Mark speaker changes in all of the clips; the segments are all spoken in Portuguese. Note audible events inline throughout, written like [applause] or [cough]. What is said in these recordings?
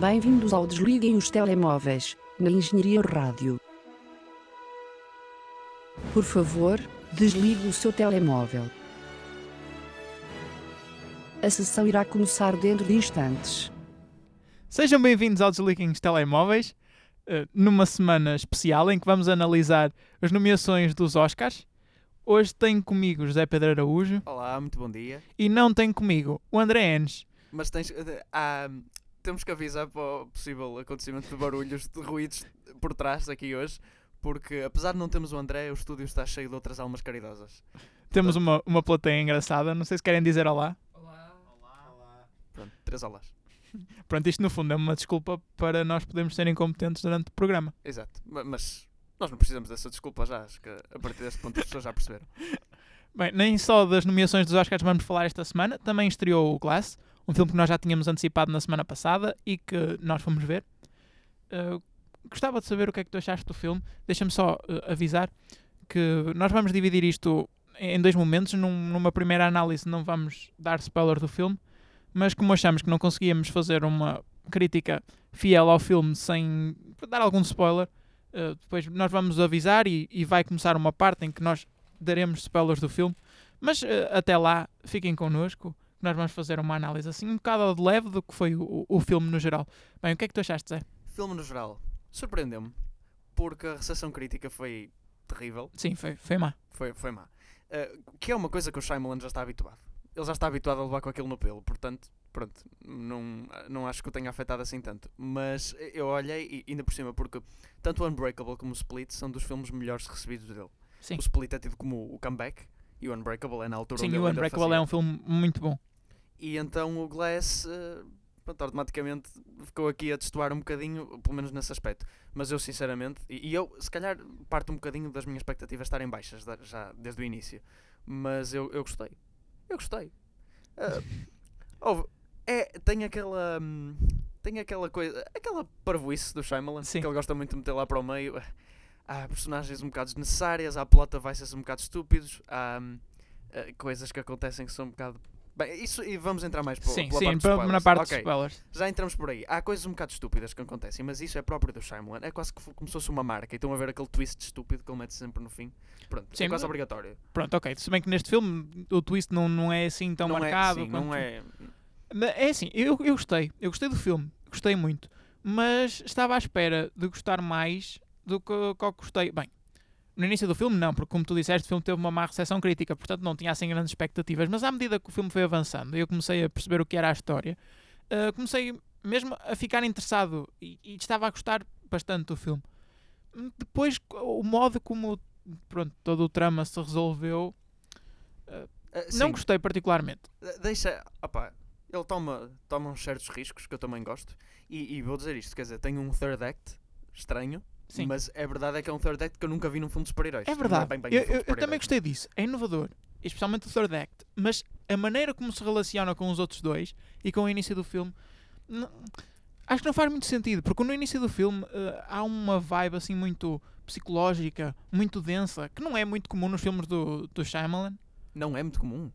Speaker 1: Bem-vindos ao Desliguem os Telemóveis, na Engenharia Rádio. Por favor, desligue o seu telemóvel. A sessão irá começar dentro de instantes.
Speaker 2: Sejam bem-vindos ao Desliguem os Telemóveis, eh, numa semana especial em que vamos analisar as nomeações dos Oscars. Hoje tenho comigo o José Pedro Araújo
Speaker 3: Olá, muito bom dia.
Speaker 2: e não tenho comigo o André Enes.
Speaker 3: Mas tens. eh, ah, temos que avisar para o possível acontecimento de barulhos, de ruídos por trás aqui hoje, porque apesar de não termos o André, o estúdio está cheio de outras almas caridosas.
Speaker 2: Temos uma, uma plateia engraçada, não sei se querem dizer olá.
Speaker 3: Pronto, três olás.
Speaker 2: Pronto, isto no fundo é uma desculpa para nós podermos ser incompetentes durante o programa.
Speaker 3: Exato. Ma- Mas nós não precisamos dessa desculpa já, acho que a partir deste ponto as pessoas já perceberam.
Speaker 2: Bem, nem só das nomeações dos Oscars vamos falar esta semana, também estreou o Glass, um filme que nós já tínhamos antecipado na semana passada e que nós fomos ver. Uh, gostava de saber o que é que tu achaste do filme. Deixa-me só uh, avisar que nós vamos dividir isto em dois momentos. Num- numa primeira análise não vamos dar spoiler do filme, mas como achamos que não conseguíamos fazer uma crítica fiel ao filme sem dar algum spoiler, uh, depois nós vamos avisar e- e vai começar uma parte em que nós daremos spoilers do filme. Mas eh, até lá, fiquem connosco, que nós vamos fazer uma análise assim um bocado de leve do que foi o, o- o filme no geral. Bem, o que é que tu achaste, Zé?
Speaker 3: Filme no geral, surpreendeu-me, porque a recepção crítica foi terrível.
Speaker 2: Sim, foi, foi má.
Speaker 3: Foi, foi má. Ah, que é uma coisa que o Shyamalan já está habituado. Ele já está habituado a levar com aquilo no pelo, portanto, pronto, não, não acho que o tenha afetado assim tanto. Mas eu olhei, e ainda por cima, porque tanto o Unbreakable como o Split são dos filmes melhores recebidos dele.
Speaker 2: Sim.
Speaker 3: O Split é tido como o comeback, e o Unbreakable é na altura
Speaker 2: Sim,
Speaker 3: onde
Speaker 2: o
Speaker 3: ele ainda
Speaker 2: Unbreakable
Speaker 3: fazia.
Speaker 2: é um filme muito bom.
Speaker 3: E então o Glass, eh, pronto, automaticamente ficou aqui a destoar um bocadinho, pelo menos nesse aspecto. Mas eu, sinceramente, e, e eu, se calhar, parto um bocadinho das minhas expectativas estarem baixas da- já desde o início. Mas eu, eu gostei. Eu gostei. Ah, houve- é, tem aquela. hum, tem aquela coisa. Aquela parvoíce do Shyamalan,
Speaker 2: Sim.
Speaker 3: que ele gosta muito de meter lá para o meio. Há personagens um bocado desnecessárias, há plot devices um bocado estúpidos, há hum, ah, coisas que acontecem que são um bocado. Bem, isso e vamos entrar mais pela,
Speaker 2: sim,
Speaker 3: Tipo, pela
Speaker 2: sim,
Speaker 3: parte dos
Speaker 2: pa- na
Speaker 3: spoilers.
Speaker 2: parte
Speaker 3: Ok,
Speaker 2: dos spoilers.
Speaker 3: já entramos por aí. Há coisas um bocado estúpidas que acontecem, mas isso é próprio do Shyamalan. É quase que fo- como se fosse uma marca. E estão a ver aquele twist estúpido que ele mete sempre no fim. Pronto,
Speaker 2: Sim,
Speaker 3: é quase
Speaker 2: mas-
Speaker 3: obrigatório.
Speaker 2: Pronto, ok. Se bem que neste filme o twist não, não é assim tão
Speaker 3: não
Speaker 2: marcado.
Speaker 3: é, sim,
Speaker 2: quanto-
Speaker 3: não é.
Speaker 2: Mas É assim, eu, eu gostei. Eu gostei do filme. Gostei muito. Mas estava à espera de gostar mais do que, que eu gostei. Bem, no início do filme não, porque como tu disseste, o filme teve uma má recepção crítica, portanto não tinha assim grandes expectativas. Mas à medida que o filme foi avançando e eu comecei a perceber o que era a história, ah, comecei mesmo a ficar interessado e, e estava a gostar bastante do filme. Depois, o modo como pronto, todo o trama se resolveu,
Speaker 3: Ah,
Speaker 2: não
Speaker 3: sim,
Speaker 2: gostei particularmente.
Speaker 3: De- deixa. Opá, ele toma, toma uns certos riscos que eu também gosto. E, e vou dizer isto: quer dizer, tem um third act estranho,
Speaker 2: Sim.
Speaker 3: mas é verdade é que é um third act que eu nunca vi num filme de super-heróis.
Speaker 2: É
Speaker 3: Não
Speaker 2: verdade.
Speaker 3: bem, bem um
Speaker 2: eu,
Speaker 3: filme de
Speaker 2: eu- eu também
Speaker 3: super-heróis.
Speaker 2: gostei disso. É inovador. Especialmente o third act. Mas a maneira como se relaciona com os outros dois e com o início do filme. n- acho que não faz muito sentido. Porque no início do filme eh, há uma vibe assim muito psicológica, muito densa, que não é muito comum nos filmes do, do Shyamalan.
Speaker 3: Não é muito comum.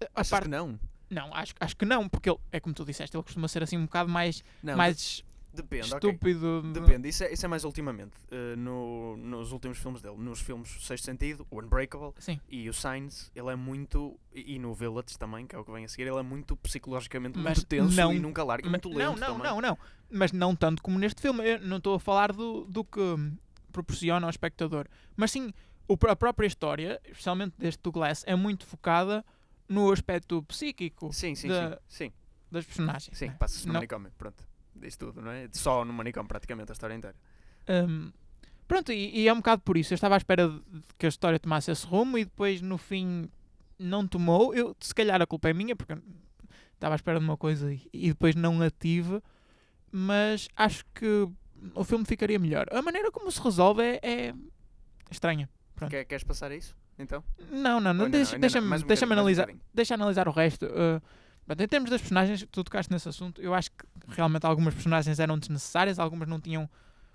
Speaker 2: Eh, A
Speaker 3: Achas
Speaker 2: parte,
Speaker 3: que não?
Speaker 2: não, acho, acho que não, porque ele, é como tu disseste, ele costuma ser assim um bocado mais,
Speaker 3: Não,
Speaker 2: mais
Speaker 3: de- depende. ok.
Speaker 2: estúpido. de-
Speaker 3: Depende, isso é, isso é mais ultimamente. eh, no- nos últimos filmes dele, nos filmes o Sexto Sentido, o Unbreakable
Speaker 2: Sim.
Speaker 3: e o Signs, ele é muito. E e no Village também, que é o que vem a seguir, ele é muito psicologicamente
Speaker 2: Mas
Speaker 3: muito tenso
Speaker 2: não-
Speaker 3: e nunca larga. e
Speaker 2: Mas-
Speaker 3: muito lento
Speaker 2: não, não,
Speaker 3: também.
Speaker 2: não, não. Mas não tanto como neste filme. Eu não estou a falar do, do que hum, proporciona ao espectador. Mas sim, o pr- a própria história, especialmente deste do Glass, é muito focada no aspecto psíquico
Speaker 3: Sim, sim,
Speaker 2: Da-
Speaker 3: sim.
Speaker 2: das personagens.
Speaker 3: Sim, sim
Speaker 2: né?
Speaker 3: passa-se no
Speaker 2: Não-
Speaker 3: manicômio. Pronto, diz tudo, não é? Só no manicômio, praticamente, a história inteira.
Speaker 2: Hum, pronto, e, e é um bocado por isso. Eu estava à espera de, de que a história tomasse esse rumo e depois no fim não tomou. Eu, se calhar a culpa é minha, porque estava à espera de uma coisa e, e depois não a tive. Mas acho que o filme ficaria melhor. A maneira como se resolve é, é estranha. Pronto.
Speaker 3: Quer- queres passar a isso? Então?
Speaker 2: Não, não,
Speaker 3: Ou ainda
Speaker 2: não deixa-
Speaker 3: ainda
Speaker 2: deixa-me
Speaker 3: Mais um
Speaker 2: deixa-me
Speaker 3: bocadinho, mais um
Speaker 2: analisar,
Speaker 3: bocadinho.
Speaker 2: deixa analisar o resto. Uh, pronto, em termos das personagens, tu tocaste nesse assunto. Eu acho que realmente algumas personagens eram desnecessárias, algumas não tinham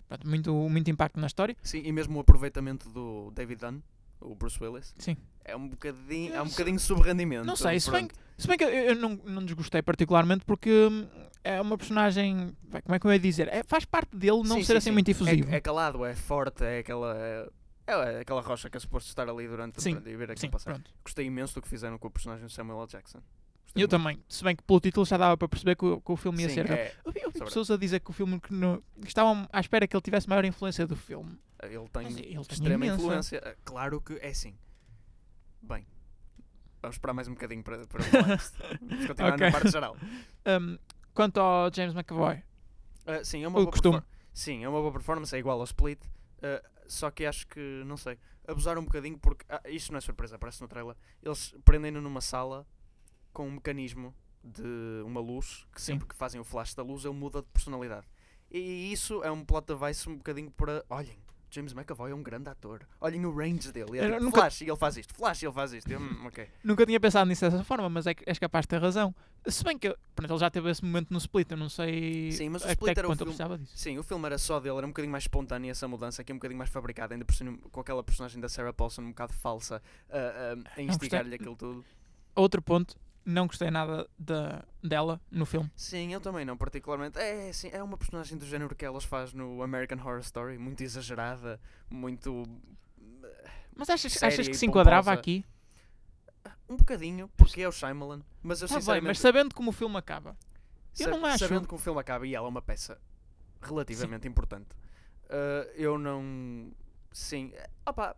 Speaker 2: pronto, muito, muito impacto na história.
Speaker 3: Sim, e mesmo o aproveitamento do David Dunn, o Bruce Willis.
Speaker 2: Sim.
Speaker 3: É um bocadinho, é
Speaker 2: Eu
Speaker 3: um
Speaker 2: não
Speaker 3: bocadinho sobre rendimento.
Speaker 2: Não sei, se bem
Speaker 3: pronto.
Speaker 2: Se bem que eu, eu não, não desgostei particularmente porque hum, é uma personagem. vai, Como é que eu ia dizer? É, faz parte dele não
Speaker 3: Sim,
Speaker 2: ser
Speaker 3: sim,
Speaker 2: assim
Speaker 3: sim.
Speaker 2: muito
Speaker 3: É-
Speaker 2: efusivo.
Speaker 3: É, calado, é forte, é aquela. É, é aquela rocha que é suposto estar ali durante
Speaker 2: Sim,
Speaker 3: durante- e ver aquilo
Speaker 2: sim,
Speaker 3: passar.
Speaker 2: pronto.
Speaker 3: Gostei imenso do que fizeram com o personagem do Samuel L. Jackson. Gostei
Speaker 2: Eu
Speaker 3: muito.
Speaker 2: também. Se bem que pelo título já dava para perceber que o, que o filme ia
Speaker 3: Sim,
Speaker 2: ser.
Speaker 3: é,
Speaker 2: Eu vi, eu vi
Speaker 3: sobre-
Speaker 2: pessoas a dizer que o filme que não- que estavam à espera que ele tivesse maior influência do filme.
Speaker 3: é, ele
Speaker 2: Mas
Speaker 3: tem
Speaker 2: ele tem
Speaker 3: extrema
Speaker 2: imensa.
Speaker 3: influência. É, Claro que é sim. Bem, vamos esperar mais um
Speaker 2: [laughs]
Speaker 3: bocadinho para, para falar disso. Vamos continuar
Speaker 2: Ok.
Speaker 3: na parte geral.
Speaker 2: Um, quanto ao James McAvoy,
Speaker 3: Ah, sim, é uma
Speaker 2: O
Speaker 3: boa
Speaker 2: costume.
Speaker 3: perfor- Sim, é uma boa performance, é igual ao Split. ah, só que acho que, não sei, abusaram um bocadinho porque. ah, isto não é surpresa, aparece no trailer. Eles prendem-no numa sala com um mecanismo de uma luz que
Speaker 2: Sim.
Speaker 3: sempre que fazem o flash da luz ele muda de personalidade. E isso é um plot device um bocadinho para. Olhem, James McAvoy é um grande ator. Olhem o range dele. E é
Speaker 2: Eu
Speaker 3: tipo,
Speaker 2: nunca-
Speaker 3: Flash, e ele faz isto, flash, e ele faz isto. Eu, hum, ok.
Speaker 2: nunca tinha pensado nisso dessa forma, mas é que és capaz de ter razão. Se bem que pronto, ele já teve esse momento no Split, eu não sei
Speaker 3: Sim, mas o
Speaker 2: até
Speaker 3: Split
Speaker 2: que
Speaker 3: era o
Speaker 2: quanto eu
Speaker 3: filme-
Speaker 2: precisava disso.
Speaker 3: Sim, o filme era só dele, era um bocadinho mais espontânea essa mudança, aqui um bocadinho mais fabricada, ainda por cima com aquela personagem da Sarah Paulson um bocado falsa ah, a- a- a instigar-lhe aquilo tudo.
Speaker 2: Outro ponto, não gostei nada da dela no filme.
Speaker 3: Sim, eu também não, particularmente. É, é, sim, é uma personagem do género que elas faz no American Horror Story, muito exagerada, muito.
Speaker 2: Mas achas,
Speaker 3: Séria
Speaker 2: achas que
Speaker 3: e
Speaker 2: se enquadrava
Speaker 3: pomposa.
Speaker 2: aqui?
Speaker 3: um bocadinho, porque é o Shyamalan, mas eu
Speaker 2: Tá bem, mas
Speaker 3: sinceramente.
Speaker 2: sabendo como o filme acaba. eu não acho-
Speaker 3: Sabendo que o filme acaba e ela é uma peça relativamente importante, ah, eu não. Sim, opa,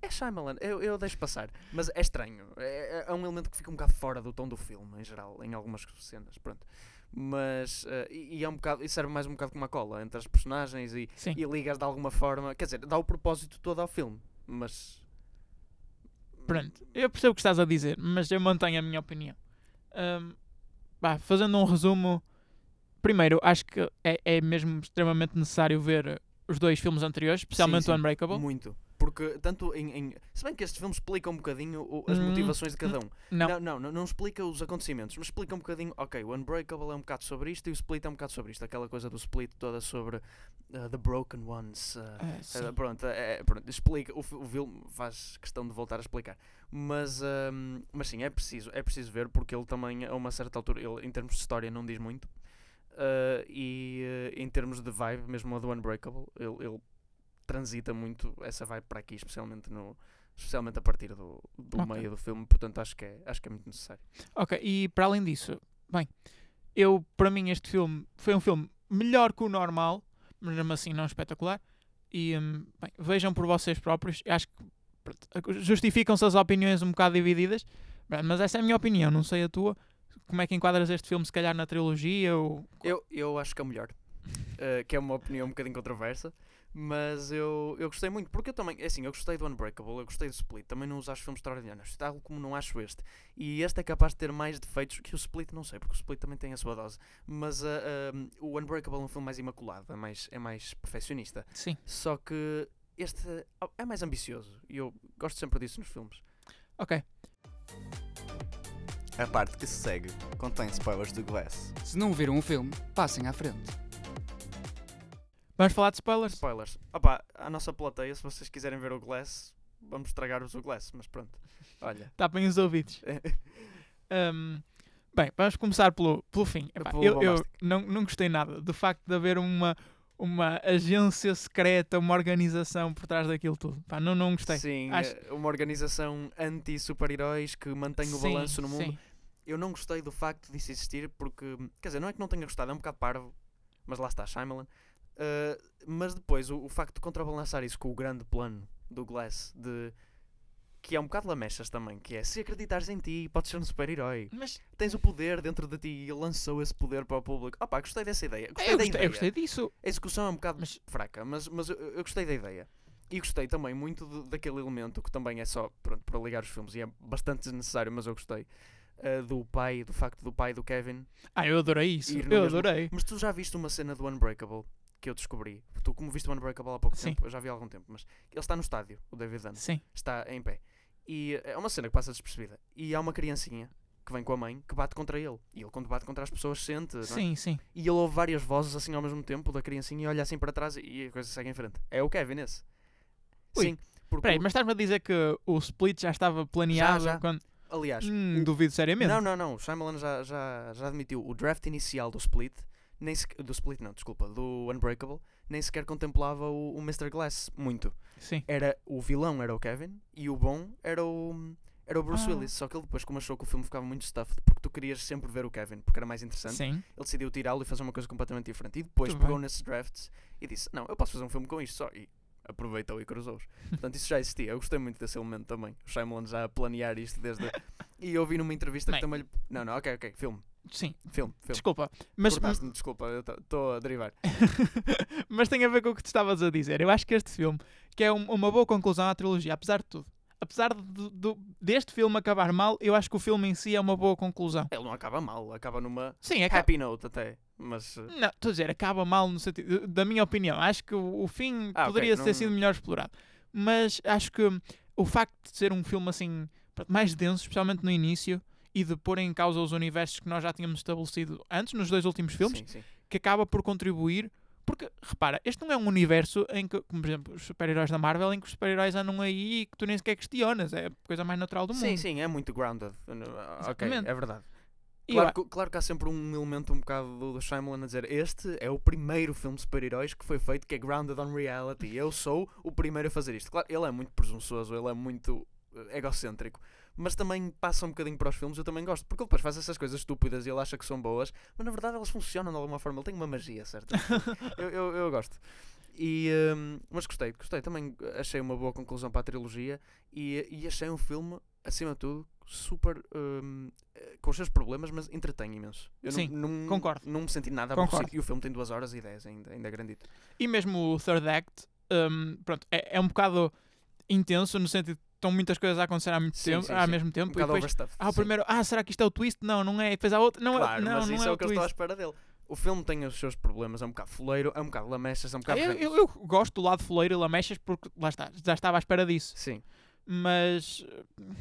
Speaker 3: é Shyamalan, eu, eu deixo passar, mas é estranho. É, é- é um elemento que fica um bocado fora do tom do filme, em geral, em algumas cenas, pronto. Mas, ah, e, e é um bocado, e serve mais um bocado como uma cola entre as personagens e,
Speaker 2: Sim.
Speaker 3: e ligas de alguma forma, quer dizer, dá o propósito todo ao filme, mas.
Speaker 2: Pronto, eu percebo o que estás a dizer, mas eu mantenho a minha opinião. Ahm, vá, fazendo um resumo, primeiro, acho que é, é mesmo extremamente necessário ver os dois filmes anteriores, especialmente
Speaker 3: sim.
Speaker 2: o Unbreakable.
Speaker 3: Muito. Porque tanto em, em- Se bem que estes filmes explicam um bocadinho o- as
Speaker 2: Hum,
Speaker 3: motivações de cada um.
Speaker 2: Não,
Speaker 3: Não, não, não, não explica os acontecimentos, mas explica um bocadinho, ok, o Unbreakable é um bocado sobre isto e o Split é um bocado sobre isto. Aquela coisa do Split toda sobre uh, The Broken Ones. uh,
Speaker 2: ah, sim.
Speaker 3: uh, pronto, é- é- pronto, explica, o, fi- o filme faz questão de voltar a explicar. Mas, um, mas sim, é preciso, é preciso ver porque ele também, a uma certa altura, ele, em termos de história não diz muito. uh, e uh, em termos de vibe, mesmo a do Unbreakable, ele, ele transita muito essa vibe para aqui, especialmente no... Especialmente a partir do, do
Speaker 2: Ok.
Speaker 3: meio do filme, portanto acho que é, acho que é muito necessário.
Speaker 2: Ok, e para além disso, bem, eu, para mim, este filme foi um filme melhor que o normal, mas mesmo assim não espetacular. E hum, bem, vejam por vocês próprios. Eu Acho que pronto, justificam-se as opiniões um bocado divididas, bem, mas essa é a minha opinião, não sei a tua. Como é que enquadras este filme, se calhar, na trilogia? Ou...
Speaker 3: Eu, eu acho que é o melhor. eh, que é uma opinião um bocadinho controversa. Mas eu, eu gostei muito, porque eu também, é assim, eu gostei do Unbreakable, eu gostei do Split, também não os acho filmes extraordinários, tal como não acho este. E este é capaz de ter mais defeitos que o Split, não sei, porque o Split também tem a sua dose. Mas ah, ah, o Unbreakable é um filme mais imaculado, é mais, é mais perfeccionista.
Speaker 2: Sim.
Speaker 3: Só que este ah, é mais ambicioso, e eu gosto sempre disso nos filmes.
Speaker 2: Ok.
Speaker 4: A parte que se segue contém spoilers do Glass.
Speaker 5: Se não viram o filme, passem à frente.
Speaker 2: Vamos falar de spoilers?
Speaker 3: Spoilers. Opa, a nossa plateia, se vocês quiserem ver o Glass, vamos estragar-vos o Glass, mas pronto.
Speaker 2: [laughs]
Speaker 3: Olha.
Speaker 2: Tapem Tá os ouvidos.
Speaker 3: É.
Speaker 2: Hum, bem, vamos começar pelo, pelo fim. Epá,
Speaker 3: Pelo
Speaker 2: eu eu
Speaker 3: bombástico.
Speaker 2: não, não gostei nada do facto de haver uma, uma agência secreta, uma organização por trás daquilo tudo. Pá, não, não gostei.
Speaker 3: Sim,
Speaker 2: Acho-
Speaker 3: eh, uma organização anti-super-heróis que mantém o
Speaker 2: Sim,
Speaker 3: balanço no mundo.
Speaker 2: sim.
Speaker 3: Eu não gostei do facto disso existir porque, quer dizer, não é que não tenha gostado, é um bocado parvo, mas lá está, Shyamalan. Eh, mas depois, o, o facto de contrabalançar isso com o grande plano do Glass, de que é um bocado lamechas também, que é se acreditares em ti, podes ser um super-herói.
Speaker 2: Mas
Speaker 3: Tens o poder dentro de ti e ele lançou esse poder para o público. Opa, gostei dessa ideia. Gostei
Speaker 2: É, ah, eu
Speaker 3: da
Speaker 2: gostei, eu
Speaker 3: ideia.
Speaker 2: gostei disso.
Speaker 3: A execução é um bocado
Speaker 2: Mas-
Speaker 3: fraca, mas, mas eu, eu gostei da ideia. E gostei também muito de- daquele elemento que também é só pronto, para ligar os filmes e é bastante desnecessário, mas eu gostei. eh, do pai, do facto do pai do Kevin.
Speaker 2: Ah, eu adorei isso.
Speaker 3: Ir no
Speaker 2: Eu
Speaker 3: mesmo-
Speaker 2: adorei.
Speaker 3: Mas tu já viste uma cena do Unbreakable que eu descobri. Tu, como viste o Unbreakable há pouco
Speaker 2: Sim.
Speaker 3: tempo, eu já vi há algum tempo, mas ele está no estádio, o David Dunn
Speaker 2: Sim.
Speaker 3: está em pé. E é uma cena que passa despercebida. E há uma criancinha que vem com a mãe que bate contra ele. E ele, quando bate contra as pessoas, sente. não é?
Speaker 2: Sim, sim.
Speaker 3: E ele ouve várias vozes assim ao mesmo tempo da criancinha e olha assim para trás e a coisa segue em frente. É o Kevin esse.
Speaker 2: Ui.
Speaker 3: Sim, porque
Speaker 2: Peraí,
Speaker 3: o-
Speaker 2: mas estás-me a dizer que o split já estava planeado
Speaker 3: já.
Speaker 2: quando.
Speaker 3: Aliás,
Speaker 2: Hum,
Speaker 3: o-
Speaker 2: duvido seriamente.
Speaker 3: Não, não, não. O Shyamalan já, já, já admitiu. O draft inicial do Split, nem sequer, do Split não, desculpa, do Unbreakable, nem sequer contemplava o, o Mr. Glass muito.
Speaker 2: Sim.
Speaker 3: Era o vilão era o Kevin e o bom era o era o Bruce
Speaker 2: Ah.
Speaker 3: Willis. Só que ele depois, como achou que o filme ficava muito stuffed, porque tu querias sempre ver o Kevin, porque era mais interessante,
Speaker 2: Sim.
Speaker 3: ele decidiu tirá-lo e fazer uma coisa completamente diferente. E depois
Speaker 2: Muito
Speaker 3: pegou
Speaker 2: bem.
Speaker 3: nesses drafts e disse: Não, eu posso fazer um filme com isto só. E aproveitou e cruzou-os. Portanto, isso já existia. Eu gostei muito desse elemento também. O Shyamalan já a planear isto desde. e eu vi numa entrevista
Speaker 2: Bem.
Speaker 3: que também lhe. Não, não, ok, ok, filme,
Speaker 2: Sim.
Speaker 3: filme, filme.
Speaker 2: Desculpa. Mas,
Speaker 3: Cortaste-me, desculpa, eu estou a derivar.
Speaker 2: [laughs] mas tem a ver com o que tu estavas a dizer. Eu acho que este filme, que é um- uma boa conclusão à trilogia, apesar de tudo. Apesar de- do- deste filme acabar mal, eu acho que o filme em si é uma boa conclusão.
Speaker 3: Ele não acaba mal, acaba numa
Speaker 2: Sim, é
Speaker 3: happy note até. Mas. eh,
Speaker 2: Não, estou a dizer, acaba mal no sentido. Da minha opinião, acho que o, o fim
Speaker 3: Ah, ok,
Speaker 2: poderia ter
Speaker 3: não-
Speaker 2: sido melhor explorado. Mas acho que o facto de ser um filme assim pronto, mais denso, especialmente no início, e de pôr em causa os universos que nós já tínhamos estabelecido antes, nos dois últimos filmes,
Speaker 3: Sim, sim.
Speaker 2: que acaba por contribuir. Porque, repara, este não é um universo em que, como por exemplo, os super-heróis da Marvel, em que os super-heróis andam aí e que tu nem sequer questionas. É a coisa mais natural do
Speaker 3: Sim,
Speaker 2: mundo.
Speaker 3: sim, é muito grounded. Eu não- Ok,
Speaker 2: Exatamente.
Speaker 3: é verdade.
Speaker 2: E
Speaker 3: Claro,
Speaker 2: eu-
Speaker 3: que, claro que há sempre um elemento um bocado do, do Shyamalan a dizer este é o primeiro filme de super-heróis que foi feito que é grounded on reality. Eu sou o primeiro a fazer isto. Claro, ele é muito presunçoso, ele é muito eh, egocêntrico. Mas também passa um bocadinho para os filmes, eu também gosto. Porque ele depois faz essas coisas estúpidas e ele acha que são boas, mas na verdade elas funcionam de alguma forma. Ele tem uma magia, certo? eu, eu, eu gosto. E, hum, mas gostei, gostei. Também achei uma boa conclusão para a trilogia e, e achei um filme, acima de tudo, super hum, eh, com os seus problemas, mas entretém imenso. Eu
Speaker 2: Sim,
Speaker 3: não, não,
Speaker 2: concordo.
Speaker 3: Não me senti nada
Speaker 2: Concordo.
Speaker 3: aborrecido. E o filme tem 2 horas e 10, ainda, ainda é grandito.
Speaker 2: E mesmo o third act, hum, pronto, é, é um bocado intenso no sentido que estão muitas coisas a acontecer ao, muito
Speaker 3: Sim,
Speaker 2: tempo,
Speaker 3: sim,
Speaker 2: ao
Speaker 3: sim.
Speaker 2: mesmo
Speaker 3: Um
Speaker 2: tempo. e
Speaker 3: bocado
Speaker 2: depois
Speaker 3: overstuffed.
Speaker 2: há o
Speaker 3: sim.
Speaker 2: primeiro, Então, ah, será que isto é o twist? Não, não é. E depois há outro, não
Speaker 3: Claro,
Speaker 2: é. Não,
Speaker 3: mas
Speaker 2: não
Speaker 3: isso
Speaker 2: é,
Speaker 3: é
Speaker 2: o
Speaker 3: o que eu estou à
Speaker 2: twist.
Speaker 3: espera dele. O filme tem os seus problemas, é um bocado foleiro, é um bocado lamechas, é um bocado.
Speaker 2: Eu,
Speaker 3: velhos.
Speaker 2: eu- eu gosto do lado foleiro e lamechas porque lá está, já estava à espera disso.
Speaker 3: Sim,
Speaker 2: Mas hum,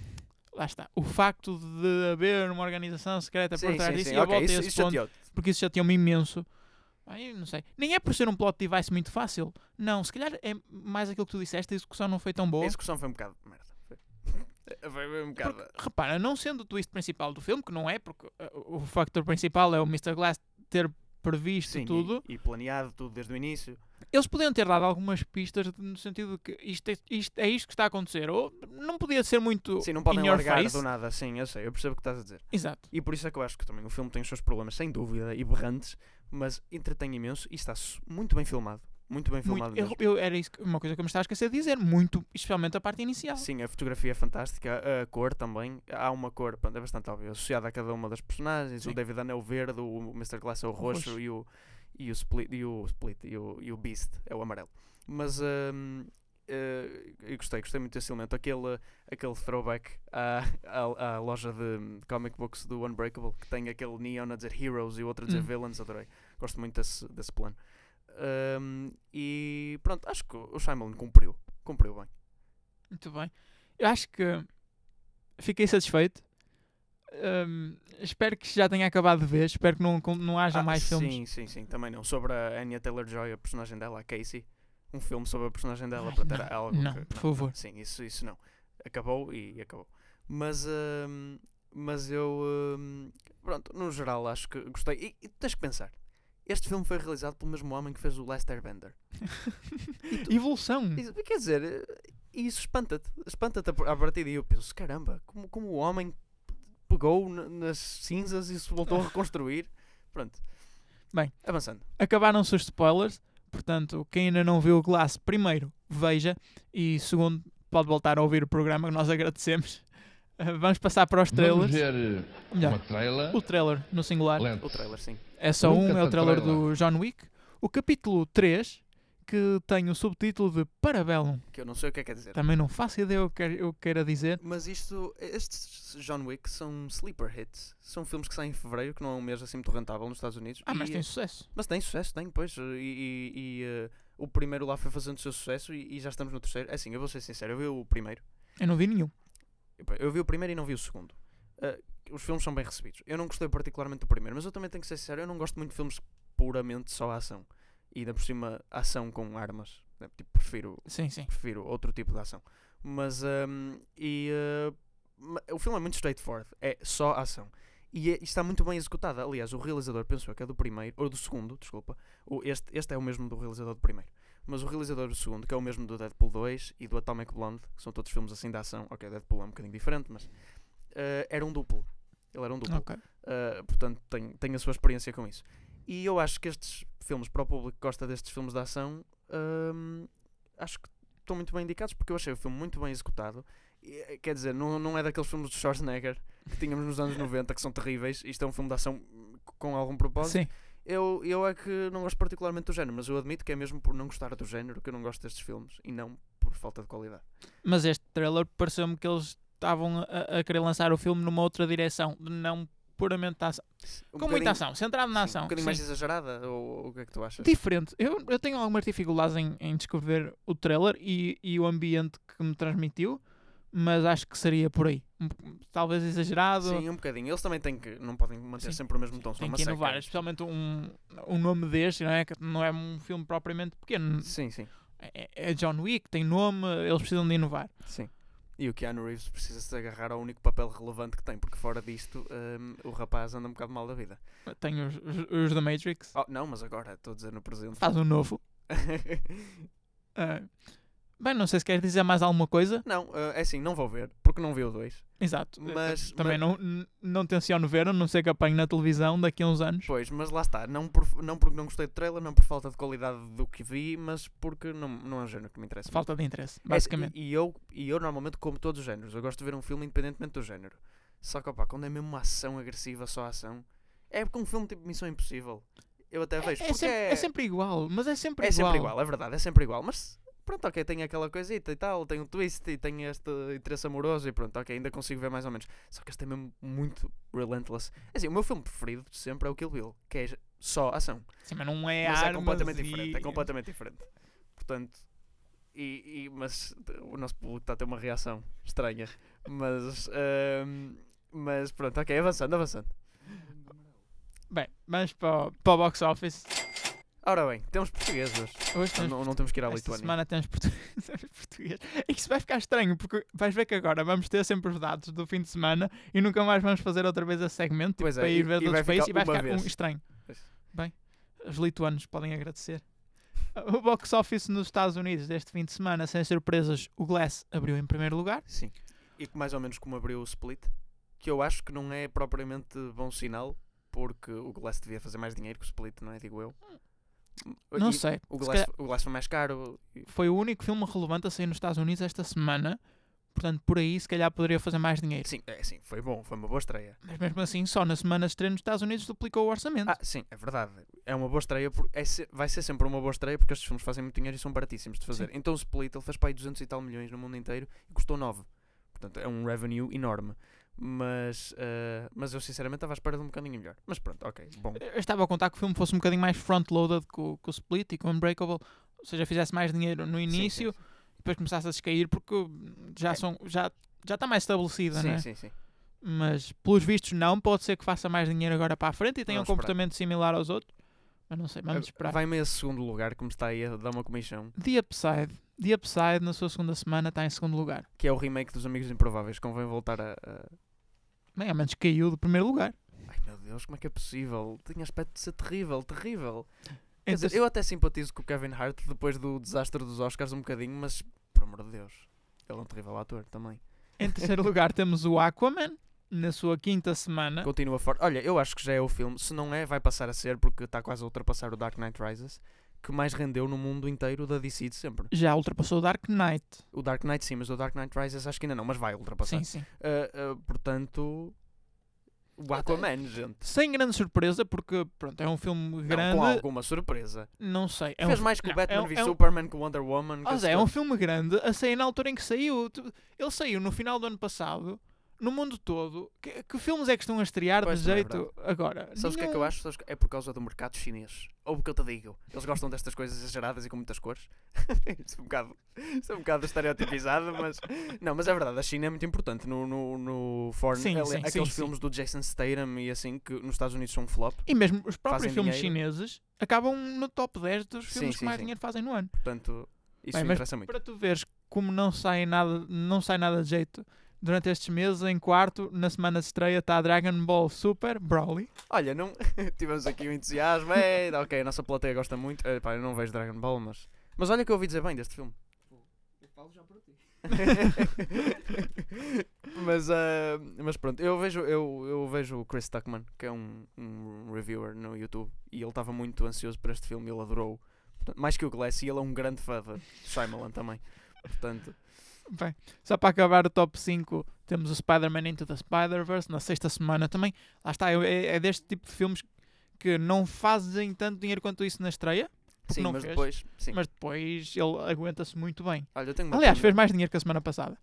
Speaker 2: lá está. O facto de haver uma organização secreta por
Speaker 3: sim,
Speaker 2: trás
Speaker 3: sim,
Speaker 2: disso
Speaker 3: sim.
Speaker 2: e eu
Speaker 3: ok,
Speaker 2: volto a
Speaker 3: isso,
Speaker 2: esse
Speaker 3: isso
Speaker 2: ponto
Speaker 3: chateou-te.
Speaker 2: porque isso já tinha-me imenso. Ai, eu não sei. Nem é por ser um plot device muito fácil. Não, se calhar é mais aquilo que tu disseste, a execução não foi tão boa.
Speaker 3: A execução foi um bocado de merda. [laughs] Foi, Foi- foi um bocado.
Speaker 2: Porque, repara, não sendo o twist principal do filme, que não é, porque uh, o factor principal é o Mr. Glass ter previsto
Speaker 3: Sim, e-
Speaker 2: tudo,
Speaker 3: E, planeado tudo desde o início.
Speaker 2: eles podiam ter dado algumas pistas de- no sentido de que isto é isto, é isto que está a acontecer, ou não podia ser muito
Speaker 3: Sim, não podem
Speaker 2: in your
Speaker 3: largar
Speaker 2: face.
Speaker 3: do nada, sim, eu sei, eu percebo o que estás a dizer.
Speaker 2: Exato.
Speaker 3: E por isso é que eu acho que também o filme tem os seus problemas, sem dúvida, e berrantes, mas entretém imenso e está su- muito bem filmado. Muito bem
Speaker 2: Muito-
Speaker 3: filmado
Speaker 2: eu,
Speaker 3: mesmo.
Speaker 2: eu- era isso que- uma coisa que eu me estava a esquecer de dizer, muito, especialmente a parte inicial.
Speaker 3: Sim, a fotografia é fantástica, a- a cor também. Há uma cor, pronto, é bastante óbvia, associada a cada uma das personagens.
Speaker 2: Sim.
Speaker 3: O David Dunn é o verde, o Mr. Glass é o roxo,
Speaker 2: roxo.
Speaker 3: E, o, e o Split, e o, split e, o, e o Beast é o amarelo. Mas hum, eh, eu gostei, gostei muito desse elemento. Aquele, aquele throwback à, à, à loja de hum, comic books do Unbreakable, que tem aquele neon a dizer Heroes e o outro a dizer
Speaker 2: Hum.
Speaker 3: Villains, adorei. Gosto muito desse, desse plano. Hum, e pronto, acho que o Shyamalan cumpriu. Cumpriu bem.
Speaker 2: Muito bem. Eu acho que fiquei satisfeito. Hum, espero que já tenha acabado de ver. Espero que não, não haja
Speaker 3: Ah,
Speaker 2: mais filmes.
Speaker 3: Sim, sim, sim, também não. Sobre a Anya Taylor Joy, a personagem dela, a Casey. Um filme sobre a personagem dela
Speaker 2: Ai,
Speaker 3: para ter
Speaker 2: não,
Speaker 3: algo.
Speaker 2: não,
Speaker 3: que-
Speaker 2: por favor.
Speaker 3: Sim, isso, isso não. Acabou e acabou. Mas, hum, mas eu. hum, pronto, no geral acho que gostei. E, e tens que pensar. Este filme foi realizado pelo mesmo homem que fez o Lester Bender.
Speaker 2: Evolução.
Speaker 3: E, quer dizer, eh, isso espanta-te. Espanta-te a par- à partida. E eu penso, caramba, como, como o homem pegou na- nas cinzas e se voltou a reconstruir. Pronto.
Speaker 2: Bem.
Speaker 3: Avançando.
Speaker 2: Acabaram-se os spoilers. Portanto, quem ainda não viu o Glass, primeiro, veja. E segundo, pode voltar a ouvir o programa que nós agradecemos. [laughs] Ah, Vamos passar para os
Speaker 6: Vamos
Speaker 2: trailers.
Speaker 6: ver eh,
Speaker 2: Melhor,
Speaker 6: uma trailer
Speaker 2: o trailer no singular.
Speaker 6: lenta.
Speaker 3: O trailer, sim.
Speaker 2: É só
Speaker 6: Nunca
Speaker 2: um, é o
Speaker 6: te
Speaker 2: trailer
Speaker 6: trailer.
Speaker 2: do John Wick. O capítulo 3, que tem o subtítulo de Parabellum.
Speaker 3: Que eu não sei o que é que quer dizer.
Speaker 2: Também não faço ideia o que eu queira dizer.
Speaker 3: Mas isto, estes John Wick são sleeper hits. São filmes que saem em fevereiro, que não é um mês assim muito rentável nos Estados Unidos.
Speaker 2: Ah, mas
Speaker 3: e- eh,
Speaker 2: tem sucesso.
Speaker 3: mas tem sucesso, tem, pois. eh, E, e- e, eh, o primeiro lá foi fazendo o seu sucesso e, e já estamos no terceiro. É assim, eu vou ser sincero, eu vi o primeiro.
Speaker 2: Eu não vi nenhum.
Speaker 3: Epá, Eu vi o primeiro e não vi o segundo. Ah, os filmes são bem recebidos. Eu não gostei particularmente do primeiro, mas eu também tenho que ser sincero, eu não gosto muito de filmes puramente só a ação. E ainda por cima, ação com armas. né? Tipo, prefiro
Speaker 2: Sim, sim.
Speaker 3: prefiro outro tipo de ação. Mas, hum, e eh, ma- o filme é muito straightforward, é só ação. E é- está muito bem executada. Aliás, o realizador pensou que é do primeiro, ou do segundo, desculpa. O, este, este é o mesmo do realizador do primeiro. Mas o realizador do segundo, que é o mesmo do Deadpool 2 e do Atomic Blonde, que são todos filmes assim de ação. Ok, Deadpool é um bocadinho diferente, mas. eh, era um duplo. Ele era um duplo.
Speaker 2: Ok.
Speaker 3: Uh, portanto, tem, tem a sua experiência com isso. E eu acho que estes filmes, para o público que gosta destes filmes de ação, hum, acho que estão muito bem indicados, porque eu achei o filme muito bem executado. E, eh, quer dizer, não, não é daqueles filmes de Schwarzenegger que tínhamos
Speaker 2: [laughs]
Speaker 3: nos anos 90 que são terríveis. Isto é um filme de ação hum, com algum propósito.
Speaker 2: Sim.
Speaker 3: Eu, eu é que não gosto particularmente do género, mas eu admito que é mesmo por não gostar do género que eu não gosto destes filmes e não por falta de qualidade.
Speaker 2: Mas este trailer pareceu-me que eles estavam a, a querer lançar o filme numa outra direção, não puramente de ação. Com
Speaker 3: Um bocadinho-
Speaker 2: muita ação, centrado na
Speaker 3: sim,
Speaker 2: ação.
Speaker 3: Um bocadinho
Speaker 2: sim. Tipo,
Speaker 3: mais exagerada, ou ou o que é que tu achas?
Speaker 2: Diferente. Eu, eu tenho algumas dificuldades em, em descrever o trailer e, e o ambiente que me transmitiu, mas acho que seria por aí. Um po- Talvez exagerado.
Speaker 3: Sim, um bocadinho. Eles também têm que. Não podem manter
Speaker 2: Sim.
Speaker 3: sempre o mesmo tom. senão
Speaker 2: Tem
Speaker 3: uma
Speaker 2: que é inovar,
Speaker 3: seca.
Speaker 2: especialmente um, um nome deste, não é? Que não é um filme propriamente pequeno.
Speaker 3: Sim, sim,
Speaker 2: É, é John Wick, tem nome, eles precisam de inovar.
Speaker 3: sim. E o Keanu Reeves precisa se agarrar ao único papel relevante que tem, porque fora disto hum, o rapaz anda um bocado mal da vida.
Speaker 2: Tem os, os, os da Matrix,
Speaker 3: Oh, não, mas agora, estou a dizer no presente.
Speaker 2: faz um novo. Ah, bem, não sei se queres dizer mais alguma coisa.
Speaker 3: [laughs] não, eh, é assim, não vou ver, porque não vi o 2.
Speaker 2: Exato. Eh,
Speaker 3: Mas-
Speaker 2: Também não, n- não tenciono ver, a não ser que apanhe na televisão daqui a uns anos.
Speaker 3: Pois, mas lá está. Não, por, não porque não gostei do trailer, não por falta de qualidade do que vi, mas porque não, não é um género que me interessa.
Speaker 2: Falta de interesse,
Speaker 3: É assim,
Speaker 2: basicamente.
Speaker 3: E, e eu, e eu normalmente como todos os géneros. Eu gosto de ver um filme independentemente do género. Só que, opá, quando é mesmo uma ação agressiva, só ação, é porque um filme tipo Missão Impossível. Eu até
Speaker 2: É,
Speaker 3: vejo.
Speaker 2: é
Speaker 3: porque
Speaker 2: sempre,
Speaker 3: é,
Speaker 2: é sempre igual, mas é sempre
Speaker 3: é
Speaker 2: igual.
Speaker 3: sempre igual, é verdade, é sempre igual. Mas pronto, ok, tem aquela coisita e tal, tem um twist e tem este interesse amoroso e pronto, ok, ainda consigo ver mais ou menos. Só que este é mesmo muito relentless. É Assim, o meu filme preferido de sempre é o Kill Bill, que é só ação.
Speaker 2: Sim, mas não é
Speaker 3: Mas é
Speaker 2: armas
Speaker 3: completamente
Speaker 2: e-
Speaker 3: diferente, é completamente diferente. Portanto, e, e- mas t- o nosso público está a ter uma reação estranha. Mas, ahm, mas pronto, ok, avançando, avançando.
Speaker 2: Bem, vamos para, o- para o box office.
Speaker 3: Ora bem, temos portugueses hoje. Então,
Speaker 2: Hoje
Speaker 3: Não,
Speaker 2: temos
Speaker 3: não- não temos que ir à
Speaker 2: Esta
Speaker 3: Lituânia.
Speaker 2: semana temos portu- [laughs] temos português. É que isso vai ficar estranho, porque vais ver que agora vamos ter sempre os dados do fim de semana e nunca mais vamos fazer outra vez esse segmento tipo,
Speaker 3: Pois é,
Speaker 2: para
Speaker 3: e-
Speaker 2: ir ver
Speaker 3: e
Speaker 2: de
Speaker 3: vai
Speaker 2: outros países
Speaker 3: ficar
Speaker 2: e vai
Speaker 3: uma
Speaker 2: ficar
Speaker 3: vez.
Speaker 2: um estranho.
Speaker 3: Pois.
Speaker 2: Bem, os lituanos podem agradecer. O box office nos Estados Unidos deste fim de semana, sem surpresas, o Glass abriu em primeiro lugar.
Speaker 3: Sim. E que mais ou menos como abriu o split, que eu acho que não é propriamente bom sinal, porque o Glass devia fazer mais dinheiro que o split, não é? Digo eu.
Speaker 2: Não
Speaker 3: E
Speaker 2: sei.
Speaker 3: O
Speaker 2: se
Speaker 3: Glass,
Speaker 2: calhar
Speaker 3: o Glass foi mais caro. e-
Speaker 2: foi o único filme relevante a sair nos Estados Unidos esta semana. Portanto, por aí se calhar poderia fazer mais dinheiro.
Speaker 3: Sim, é, sim, foi bom, foi uma boa estreia.
Speaker 2: Mas mesmo assim, só na semana de estreia nos Estados Unidos duplicou o orçamento.
Speaker 3: Ah, sim, é verdade. É uma boa estreia. por- é se- vai ser sempre uma boa estreia porque estes filmes fazem muito dinheiro e são baratíssimos de fazer. Então o Split ele fez para aí 200 e tal milhões no mundo inteiro e custou 9. Portanto, é um revenue enorme. Mas, eh, mas eu sinceramente estava à espera de um bocadinho melhor. Mas pronto, ok, bom.
Speaker 2: Eu estava a contar que o filme fosse um bocadinho mais front-loaded com, o Split e com o Unbreakable, ou seja, fizesse mais dinheiro no
Speaker 3: Sim, sim,
Speaker 2: início e depois começasse a descair porque já são já já está mais estabelecida,
Speaker 3: Sim,
Speaker 2: né?
Speaker 3: sim, sim.
Speaker 2: Mas pelos vistos não, pode ser que faça mais dinheiro agora para a frente e tenha
Speaker 3: Vamos
Speaker 2: um
Speaker 3: esperar.
Speaker 2: comportamento similar aos outros. Mas não sei, vamos esperar.
Speaker 3: Vai-me a segundo lugar, como está aí a dar uma comissão,
Speaker 2: The Upside, The Upside na sua segunda semana está em segundo lugar.
Speaker 3: que é o remake dos Amigos Improváveis. Convém voltar a. a-
Speaker 2: Bem, ao menos caiu do primeiro lugar.
Speaker 3: Ai meu Deus, como é que é possível? Tinha aspecto de ser terrível, terrível. Quer
Speaker 2: Em
Speaker 3: dizer,
Speaker 2: terce-
Speaker 3: Então, eu até simpatizo com o Kevin Hart depois do desastre dos Oscars um bocadinho, mas, por amor de Deus, ele é um terrível ator também.
Speaker 2: Em terceiro lugar temos o Aquaman na sua quinta semana.
Speaker 3: Continua forte. Olha, eu acho que já é o filme, se não é, vai passar a ser, porque está quase a ultrapassar o Dark Knight Rises, que mais rendeu no mundo inteiro da DC de sempre.
Speaker 2: Já ultrapassou o Dark Knight.
Speaker 3: O Dark Knight sim, mas o Dark Knight Rises acho que ainda não, mas vai ultrapassar.
Speaker 2: Sim, sim.
Speaker 3: Ah, ah, portanto, o Aquaman, gente.
Speaker 2: Sem grande surpresa, porque pronto, é um filme grande.
Speaker 3: Não, com
Speaker 2: Não,
Speaker 3: alguma surpresa.
Speaker 2: sei. É
Speaker 3: Fez
Speaker 2: um...
Speaker 3: mais que o
Speaker 2: não,
Speaker 3: Batman
Speaker 2: é um-
Speaker 3: v
Speaker 2: é um-
Speaker 3: Superman, que o Wonder Woman. que
Speaker 2: Ou
Speaker 3: esses
Speaker 2: seja, é um
Speaker 3: todos.
Speaker 2: filme grande a sair na altura em que saiu. Tu- Ele saiu no final do ano passado, no mundo todo. Que, que filmes é que estão a estrear
Speaker 3: Pois,
Speaker 2: de
Speaker 3: também é
Speaker 2: jeito agora?
Speaker 3: Sabes o que é que eu
Speaker 2: Nenhum.
Speaker 3: acho? Sabes que É por causa do mercado chinês. Ou o que eu te digo. Eles gostam destas coisas exageradas e com muitas cores. [laughs] isto, é um bocado, isto é um bocado estereotipizado,
Speaker 2: [laughs]
Speaker 3: mas. Não, mas é verdade, a China é muito importante no, no, no foreign.
Speaker 2: Sim,
Speaker 3: ali-
Speaker 2: sim, sim,
Speaker 3: aqueles
Speaker 2: sim.
Speaker 3: filmes do Jason Statham e assim, que nos Estados Unidos são um flop.
Speaker 2: E mesmo os próprios
Speaker 3: Fazem
Speaker 2: filmes
Speaker 3: dinheiro.
Speaker 2: chineses acabam no top 10 dos
Speaker 3: Sim,
Speaker 2: filmes
Speaker 3: sim,
Speaker 2: que mais
Speaker 3: sim.
Speaker 2: dinheiro fazem no ano.
Speaker 3: Portanto, isso
Speaker 2: Bem,
Speaker 3: me
Speaker 2: mas
Speaker 3: interessa muito.
Speaker 2: Para tu veres como não sai nada, não sai nada de jeito durante estes meses, em quarto, na semana de estreia, está Dragon Ball Super Broly.
Speaker 3: Olha, não... [laughs] tivemos aqui o entusiasmo. É, ok, a nossa plateia gosta muito. Eh, pá, eu não vejo Dragon Ball, mas. Mas olha que eu ouvi dizer bem deste filme. [laughs] mas, ah, mas pronto, eu vejo, eu, eu vejo o Chris Tuckman, que é um, um reviewer no YouTube, e ele estava muito ansioso por este filme e ele adorou. Portanto, Mais que o Glass, e ele é um grande fã de Shyamalan também. Portanto,
Speaker 2: Bem, só para acabar o top 5, temos o Spider-Man Into the Spider-Verse na sexta semana também. Lá está, é, é deste tipo de filmes que não fazem tanto dinheiro quanto isso na estreia,
Speaker 3: sim,
Speaker 2: não
Speaker 3: mas
Speaker 2: fez?
Speaker 3: depois. Sim.
Speaker 2: mas depois ele aguenta-se muito bem.
Speaker 3: Olha, eu tenho uma
Speaker 2: Aliás,
Speaker 3: pena.
Speaker 2: fez mais dinheiro que a semana passada.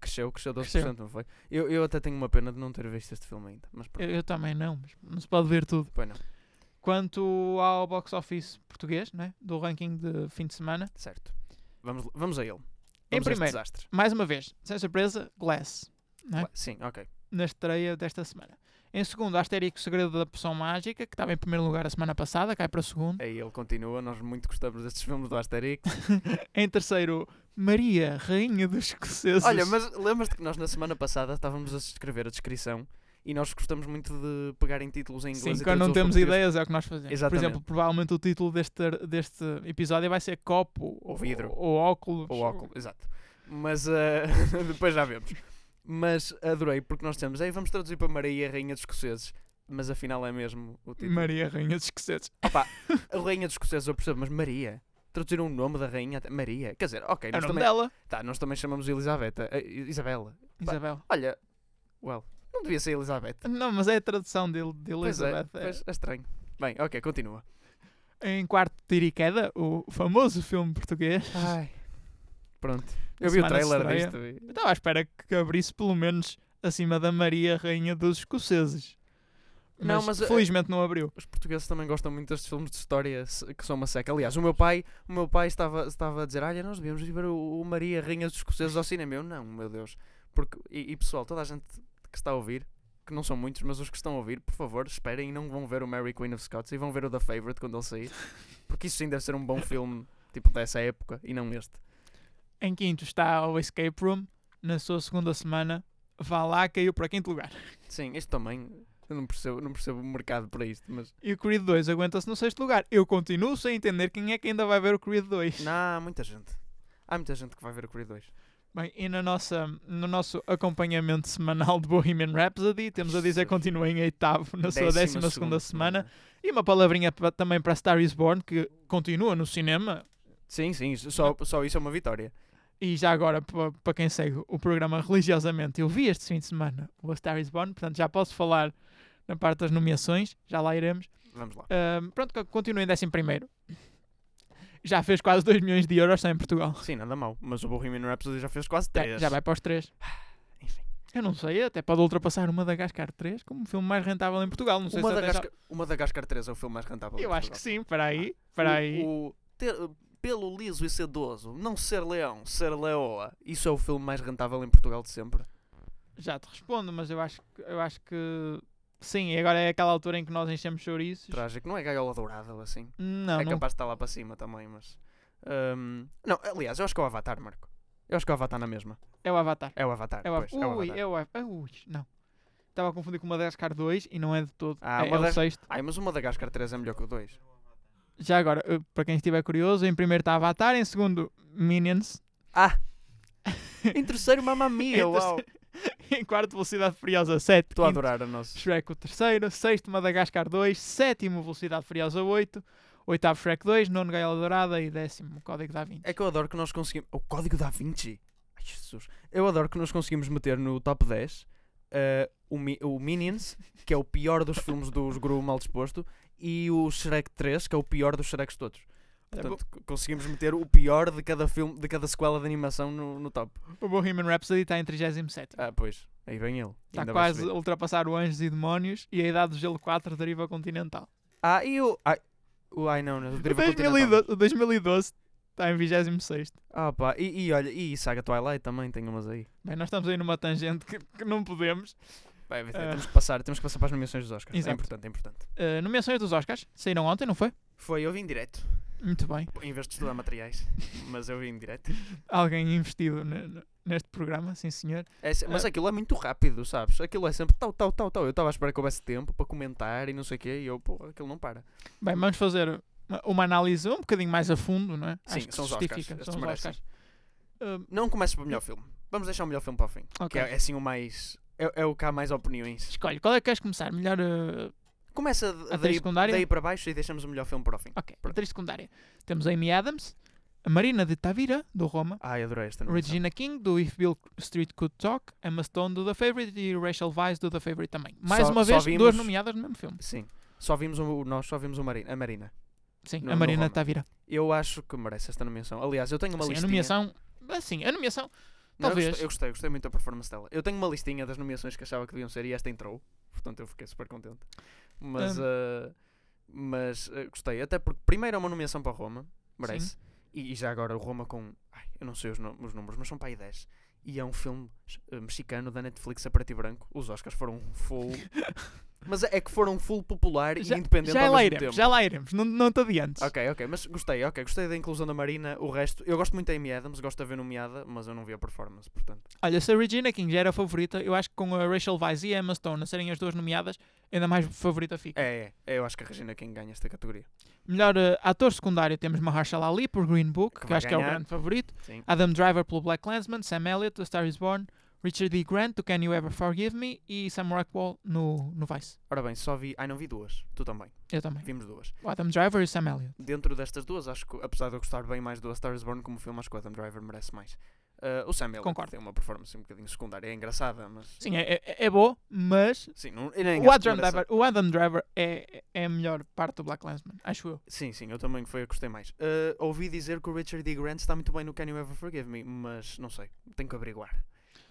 Speaker 3: Cresceu, cresceu 12%,
Speaker 2: Cresceu.
Speaker 3: não foi? Eu, eu até tenho uma pena de não ter visto este filme ainda, mas
Speaker 2: Eu,
Speaker 3: pronto,
Speaker 2: eu também não, mas não se pode ver tudo.
Speaker 3: pois não,
Speaker 2: Quanto ao box office português, né, do ranking de fim de semana,
Speaker 3: certo. Vamos, vamos a ele. Vamos a
Speaker 2: Em
Speaker 3: este
Speaker 2: primeiro.
Speaker 3: desastre.
Speaker 2: mais uma vez, sem surpresa, Glass. Não é?
Speaker 3: Ué, Sim, ok.
Speaker 2: na estreia desta semana. Em segundo, Asterix, o Segredo da Poção Mágica, que estava em primeiro lugar a semana passada, cai para segundo.
Speaker 3: Aí ele continua, nós muito gostamos destes filmes do Asterix.
Speaker 2: [laughs] Em terceiro, Maria, Rainha dos Escoceses.
Speaker 3: Olha, mas lembras-te que nós na semana passada estávamos a escrever a descrição e nós gostamos muito de pegar em títulos em inglês.
Speaker 2: Sim,
Speaker 3: e
Speaker 2: quando não
Speaker 3: traduzi-los
Speaker 2: temos
Speaker 3: para português.
Speaker 2: ideias é o que nós fazemos.
Speaker 3: Exatamente.
Speaker 2: Por exemplo, provavelmente o título deste, deste episódio vai ser Copo, ou
Speaker 3: vidro.
Speaker 2: ou óculos.
Speaker 3: Ou óculos, exato. Mas eh, [laughs] depois já vemos. Mas adorei, porque nós temos, aí vamos traduzir para Maria, Rainha dos Escoceses, mas afinal é mesmo o título.
Speaker 2: Maria, Rainha dos Escoceses.
Speaker 3: A rainha dos escoceses eu percebo, mas Maria. Traduziram o nome da rainha até Maria. Quer dizer,
Speaker 2: É
Speaker 3: ok,
Speaker 2: o
Speaker 3: nós
Speaker 2: nome
Speaker 3: também,
Speaker 2: dela,
Speaker 3: tá, nós também chamamos Elizabeth. eh, Isabela. Pá.
Speaker 2: Isabel.
Speaker 3: Olha, well, não devia ser Elizabeth.
Speaker 2: Não, mas é a tradução de, de
Speaker 3: Pois é,
Speaker 2: Elizabeth.
Speaker 3: pois é estranho. Bem, ok, continua.
Speaker 2: Em quarto, Tiro e Queda, o famoso filme português.
Speaker 3: Pronto. Eu vi o
Speaker 2: Semana
Speaker 3: trailer
Speaker 2: estreia.
Speaker 3: disto. e-
Speaker 2: Eu estava à espera que abrisse pelo menos acima da Maria, Rainha dos Escoceses.
Speaker 3: Não, mas, eh,
Speaker 2: felizmente não abriu.
Speaker 3: Os portugueses também gostam muito destes filmes de história se- que são uma seca. Aliás, o meu pai, o meu pai estava, estava a dizer: Olha, nós devíamos ir ver o, o Maria, Rainha dos Escoceses ao cinema. Eu não, meu Deus. Porque, e, e, pessoal, toda a gente que está a ouvir, que não são muitos, mas os que estão a ouvir, por favor, esperem e não vão ver o Mary Queen of Scots e vão ver o The Favourite quando ele [laughs] sair. Porque isso sim deve ser um bom filme, tipo dessa época e não este.
Speaker 2: Em quinto está o Escape Room. Na sua segunda semana, vá lá, caiu para quinto lugar.
Speaker 3: Sim, este também. Eu não percebo, não percebo o mercado para isto, mas.
Speaker 2: E o Creed 2 aguenta-se no sexto lugar. Eu continuo sem entender quem é que ainda vai ver o Creed 2.
Speaker 3: Não, há muita gente. Há muita gente que vai ver o Creed 2.
Speaker 2: Bem, e na nossa, no nosso acompanhamento semanal de Bohemian Rhapsody, temos a dizer continua em oitavo na sua décima segunda semana. E uma palavrinha pa- também para Star is Born, que continua no cinema,
Speaker 3: Sim, sim, só, só isso é uma vitória.
Speaker 2: E já agora, pa- para quem segue o programa religiosamente, eu vi este fim de semana o A Star is Born, portanto já posso falar na parte das nomeações, já lá iremos.
Speaker 3: Vamos lá.
Speaker 2: Ahm, pronto, co- continua em 11. Já fez quase 2 milhões de euros só em Portugal.
Speaker 3: Sim, nada mal, mas o Bohemian Rhapsody já fez quase
Speaker 2: Já-
Speaker 3: 3.
Speaker 2: Já vai para os 3.
Speaker 3: Enfim.
Speaker 2: Eu não sei, até pode ultrapassar o Madagascar 3 como o filme mais rentável em Portugal. Não sei
Speaker 3: O
Speaker 2: se até já-
Speaker 3: Madagascar, o Madagascar 3 é o filme mais rentável. de
Speaker 2: Eu acho que
Speaker 3: Portugal.
Speaker 2: sim, para aí. Para
Speaker 3: O-
Speaker 2: aí.
Speaker 3: o ter- pelo liso e sedoso, não ser leão, ser leoa, isso é o filme mais rentável em Portugal de sempre.
Speaker 2: Já te respondo, mas eu acho, que- eu acho que sim. E agora é aquela altura em que nós enchemos chouriços.
Speaker 3: Trágico, não é gaiola dourada ou assim.
Speaker 2: Não,
Speaker 3: é
Speaker 2: não
Speaker 3: capaz de estar lá para cima também, mas. Ahm, não, aliás, eu acho que é o Avatar, Marco. Eu acho que é o Avatar na mesma.
Speaker 2: é o Avatar.
Speaker 3: É o Avatar.
Speaker 2: É o,
Speaker 3: pois, é o
Speaker 2: ui,
Speaker 3: Avatar.
Speaker 2: é o Avatar. Ui, não. Estava a confundir com o Madagascar 2 e não é de todo.
Speaker 3: Ah,
Speaker 2: é, é o
Speaker 3: Madagascar-
Speaker 2: sexto.
Speaker 3: Ai, mas o Madagascar 3 é melhor que o 2.
Speaker 2: Já agora, eh, para quem estiver curioso, em primeiro está Avatar, em segundo Minions, [laughs]
Speaker 3: Ah! em terceiro, Mamma
Speaker 2: Em
Speaker 3: Mia, uau!
Speaker 2: em quarto Velocidade Furiosa 7,
Speaker 3: Então, Estou a
Speaker 2: quinto
Speaker 3: adorar o nosso.
Speaker 2: Shrek o terceiro, sexto Madagascar 2, sétimo Velocidade Furiosa 8, oitavo Shrek 2, nono Gaiola Dourada e décimo Código da 20.
Speaker 3: É que eu adoro que nós conseguimos. O código da Vinci! Ai, Jesus! Eu adoro que nós conseguimos meter no top 10 eh, o, Mi- o Minions, que é o pior dos filmes dos Gru Mal Disposto, e o Shrek 3, que é o pior dos Shreks todos. Portanto, co- conseguimos meter o pior de cada filme, de cada sequela de animação no, no top.
Speaker 2: o Bohemian Rhapsody está em 37.
Speaker 3: Ah, pois. Aí vem ele.
Speaker 2: Está
Speaker 3: Ainda vai
Speaker 2: Tá quase
Speaker 3: subir.
Speaker 2: a ultrapassar o Anjos e Demónios e a Idade do Gelo 4 deriva continental.
Speaker 3: Ah, e o. Ai, o- ai não, não.
Speaker 2: O 2012, o 2012 está em 26.
Speaker 3: Ah, pá. E, e olha, e Saga Twilight também tem umas aí.
Speaker 2: Bem, nós estamos aí numa tangente que, que não podemos.
Speaker 3: Vai, vai,
Speaker 2: Ah.
Speaker 3: temos, que passar, temos que passar para as nomeações dos Oscars.
Speaker 2: Exato.
Speaker 3: É importante, é importante.
Speaker 2: Eh, nomeações dos Oscars saíram ontem, não foi?
Speaker 3: Foi, eu vim direto.
Speaker 2: Muito bem.
Speaker 3: Em vez de
Speaker 2: [laughs]
Speaker 3: estudar materiais. Mas eu vi em direto.
Speaker 2: Alguém investiu ne- ne- neste programa, sim senhor.
Speaker 3: É se- mas
Speaker 2: Ah.
Speaker 3: aquilo é muito rápido, sabes? Aquilo é sempre tal, tal, tal, tal. Eu estava a esperar que houvesse tempo para comentar e não sei o quê. E eu, pô, aquilo não para.
Speaker 2: Bem, vamos fazer uma- uma análise um bocadinho mais a fundo, não é?
Speaker 3: Sim,
Speaker 2: Acho que
Speaker 3: são os
Speaker 2: justifica,
Speaker 3: Oscars.
Speaker 2: são
Speaker 3: Estes
Speaker 2: os
Speaker 3: merecem.
Speaker 2: Oscars. Hum,
Speaker 3: Não comeces pelo melhor filme. Vamos deixar o melhor filme para o fim. Que
Speaker 2: ok.
Speaker 3: é, é assim o mais. É, é o que há mais opiniões.
Speaker 2: Escolhe, qual é que queres começar? Melhor eh,
Speaker 3: Começa de-
Speaker 2: Atriz
Speaker 3: daí,
Speaker 2: secundária?
Speaker 3: daí para baixo e deixamos o melhor filme para o fim.
Speaker 2: Ok,
Speaker 3: Pronto.
Speaker 2: atriz secundária. Temos a Amy Adams, a Marina de Tavira, do Roma,
Speaker 3: Ai, adorei esta noite.
Speaker 2: Regina King, do If Bill Street Could Talk, Emma Stone, do The Favorite e Rachel Weisz, do The Favorite também. Mais
Speaker 3: Só-
Speaker 2: uma
Speaker 3: só
Speaker 2: vez,
Speaker 3: vimos-
Speaker 2: duas nomeadas no mesmo filme.
Speaker 3: Sim. Só vimos o, nós só vimos o Marina, a Marina.
Speaker 2: Sim,
Speaker 3: No-
Speaker 2: a
Speaker 3: no
Speaker 2: Marina
Speaker 3: Roma.
Speaker 2: de Tavira.
Speaker 3: Eu acho que merece esta nomeação. Aliás, eu tenho uma
Speaker 2: Sim, a
Speaker 3: listinha.
Speaker 2: nomeação... Assim, a nomeação...
Speaker 3: Não, eu
Speaker 2: talvez.
Speaker 3: gostei- Eu gostei, eu gostei muito da performance dela. Eu tenho uma listinha das nomeações que achava que deviam ser e esta entrou. [laughs] Portanto, eu fiquei super contente. Mas,
Speaker 2: Hum.
Speaker 3: eh, mas eh, gostei. Até porque, primeiro, é uma nomeação para o Roma. Merece. E, e já agora, o Roma com. Ai, eu não sei os, nu- os números, mas são para aí 10. E é um filme eh, mexicano da Netflix a preto e branco. Os Oscars foram
Speaker 2: [laughs]
Speaker 3: full. mas é é que foram full popular
Speaker 2: Já-
Speaker 3: e independente
Speaker 2: já
Speaker 3: ao
Speaker 2: lá
Speaker 3: mesmo
Speaker 2: iremos,
Speaker 3: tempo.
Speaker 2: já é lá iremos. Não, não te adiantes.
Speaker 3: Ok, ok, mas gostei, ok, gostei da inclusão da Marina, o resto, eu gosto muito da Amy Adams, gosto de a ver nomeada, mas eu não vi a performance, portanto.
Speaker 2: Olha, se a Regina King já era a favorita, eu acho que com a Rachel Weisz e a Emma Stone a serem as duas nomeadas, ainda mais favorita fica.
Speaker 3: É, é, eu acho que a Regina quem ganha esta categoria.
Speaker 2: Melhor eh, ator secundário temos Mahershala Ali por Green Book,
Speaker 3: Que
Speaker 2: que,
Speaker 3: vai
Speaker 2: eu acho que é o
Speaker 3: ganhar.
Speaker 2: grande favorito.
Speaker 3: Sim.
Speaker 2: Adam Driver pelo Black Klansman, Sam Elliott do Star Is Born, Richard D. Grant do Can You Ever Forgive Me e Sam Rockwell no, no Vice.
Speaker 3: Ora bem, só vi, ai não vi duas, tu também,
Speaker 2: Eu também.
Speaker 3: vimos duas.
Speaker 2: O Adam Driver e o Sam Elliott.
Speaker 3: Dentro destas duas, acho que, apesar de eu gostar bem mais do A Star Is Born como filme, acho que o Adam Driver merece mais. Ah, o Sam Elliott
Speaker 2: Concordo.
Speaker 3: tem uma performance um bocadinho secundária, é engraçada, mas...
Speaker 2: Sim, é, é, é bom, mas
Speaker 3: Sim, não, é eu nem
Speaker 2: o
Speaker 3: acho que
Speaker 2: Adam,
Speaker 3: mereça.
Speaker 2: Driver, o Adam Driver é, é a melhor parte do Black Klansman, acho eu.
Speaker 3: Sim, sim, eu também foi a que gostei mais. Ah, ouvi dizer que o Richard D. Grant está muito bem no Can You Ever Forgive Me, mas não sei, tenho que averiguar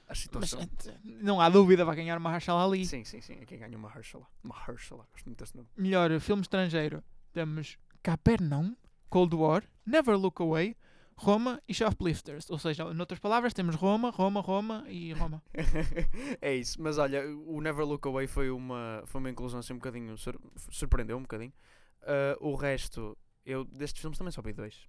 Speaker 3: a
Speaker 2: Mas
Speaker 3: situação.
Speaker 2: eh, não há dúvida, vai ganhar Mahershala Ali.
Speaker 3: Sim, sim, sim. Aqui ganha uma Mahershala. Mahershala. Gosto muito desse nome.
Speaker 2: Melhor filme estrangeiro temos Capernaum, Cold War, Never Look Away, Roma e Shoplifters. Ou seja, em outras palavras, temos Roma, Roma, Roma e Roma.
Speaker 3: [laughs] é isso. Mas olha, o Never Look Away foi uma, foi uma inclusão assim um bocadinho... sur- surpreendeu um bocadinho. Ah, o resto, eu destes filmes também só vi dois.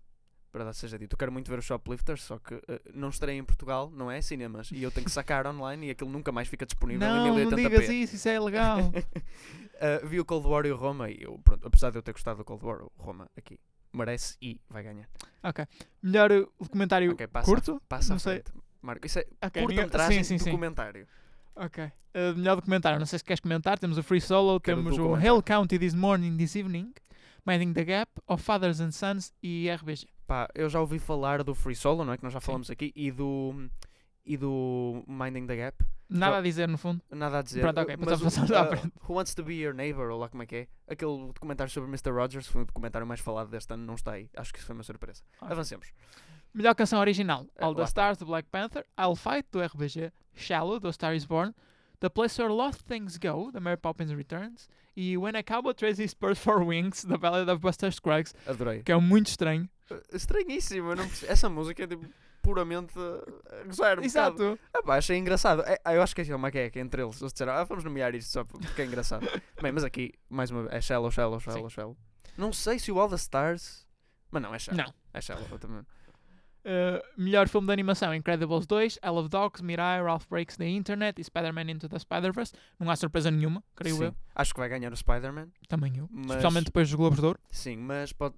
Speaker 3: Para dar seja dito. Eu quero muito ver o Shoplifters, só que ah, não estarei em Portugal, não é? Cinemas. E eu tenho que sacar [laughs] online e aquilo nunca mais fica disponível em
Speaker 2: não, não
Speaker 3: 1080p.
Speaker 2: digas isso, isso é
Speaker 3: [laughs]
Speaker 2: ilegal.
Speaker 3: Ah, vi o Cold War e o Roma e eu, pronto, apesar de eu ter gostado do Cold War, o Roma aqui merece e vai ganhar.
Speaker 2: ok. Melhor uh, documentário
Speaker 3: Ok, passa,
Speaker 2: curto?
Speaker 3: passa
Speaker 2: não
Speaker 3: à
Speaker 2: sei.
Speaker 3: frente. Marco, isso é
Speaker 2: Ok,
Speaker 3: curta-metragem
Speaker 2: ninguém- Sim, sim, sim.
Speaker 3: documentário.
Speaker 2: Ok. Uh, melhor documentário, não sei se queres comentar. Temos o Free Solo,
Speaker 3: Quero
Speaker 2: temos o
Speaker 3: documentário.
Speaker 2: Hell County This Morning, This Evening, Minding the Gap, Of Fathers and Sons e RBG.
Speaker 3: Pá, eu já ouvi falar do Free Solo, não é? Que nós já falamos aqui, e do. E do Minding the Gap.
Speaker 2: Nada
Speaker 3: Só-
Speaker 2: a dizer, no fundo.
Speaker 3: Nada a dizer.
Speaker 2: Pronto, ok,
Speaker 3: Mas
Speaker 2: [laughs] passamos
Speaker 3: o-
Speaker 2: à
Speaker 3: ah,
Speaker 2: frente.
Speaker 3: Who Wants to Be Your Neighbor, ou lá como é que é? Aquele documentário sobre Mr. Rogers foi o documentário mais falado deste ano, não está aí. Acho que isso foi uma surpresa.
Speaker 2: Ok.
Speaker 3: Avancemos.
Speaker 2: Melhor canção original:
Speaker 3: Eh,
Speaker 2: All
Speaker 3: lá
Speaker 2: the
Speaker 3: está.
Speaker 2: Stars do Black Panther, I'll Fight do RBG, Shallow do Star is Born, The Place Where Lost Things Go da Mary Poppins Returns e When a Cowboy Tracy Spurs for Wings da Ballad of Buster Scruggs,
Speaker 3: Adorei.
Speaker 2: que é muito estranho.
Speaker 3: Uh, Estranhíssimo, eu não perce- Essa música é tipo, puramente uh, a gozar. Um bocado.
Speaker 2: Exato.
Speaker 3: Ah, pá, achei engraçado. É, ah, eu acho que é uma queca entre eles. Eles disseram, ah, vamos nomear isto só porque é engraçado.
Speaker 2: [laughs]
Speaker 3: Bem, mas aqui, mais uma vez, é shallow, shallow, shallow, shallow. Não sei se o All the Stars. Mas não, é shallow.
Speaker 2: Não.
Speaker 3: É shallow eu também.
Speaker 2: Eh, melhor filme de animação: Incredibles 2, I Love Dogs, Mirai, Ralph Breaks the Internet e Spider-Man Into the Spider-Verse. Não há surpresa nenhuma, creio
Speaker 3: Sim.
Speaker 2: eu.
Speaker 3: Acho que vai ganhar o Spider-Man.
Speaker 2: Também eu.
Speaker 3: Mas-
Speaker 2: Especialmente depois dos Globos de Ouro.
Speaker 3: Sim, mas pode.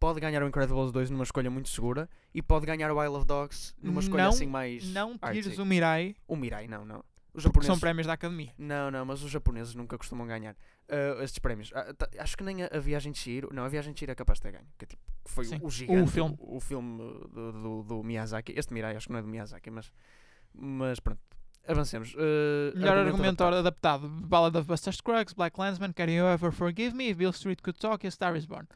Speaker 3: Pode ganhar o Incredibles 2 numa escolha muito segura e pode ganhar o Isle of Dogs numa escolha
Speaker 2: Não-
Speaker 3: assim mais.
Speaker 2: Não pires
Speaker 3: artsy.
Speaker 2: o Mirai,
Speaker 3: o Mirai, não, não. Os
Speaker 2: porque são
Speaker 3: japoneses
Speaker 2: prémios da Academia.
Speaker 3: Não, não, mas os japoneses nunca costumam ganhar ah, estes prémios. Ah, tá- acho que nem a, a Viagem de Shihiro. Não, a Viagem de Shihiro é capaz de ter ganho. Que tipo, foi
Speaker 2: Sim,
Speaker 3: o gigante.
Speaker 2: o filme.
Speaker 3: O, filme do, do- do Miyazaki. Este Mirai acho que não é do Miyazaki, mas. Mas pronto. Avancemos. Ah,
Speaker 2: Melhor argumento
Speaker 3: adaptado.
Speaker 2: adaptado. Ballad of Buster Scruggs, Black Landsman, Can You Ever Forgive Me, If Bill Street Could Talk e A Star Is Born.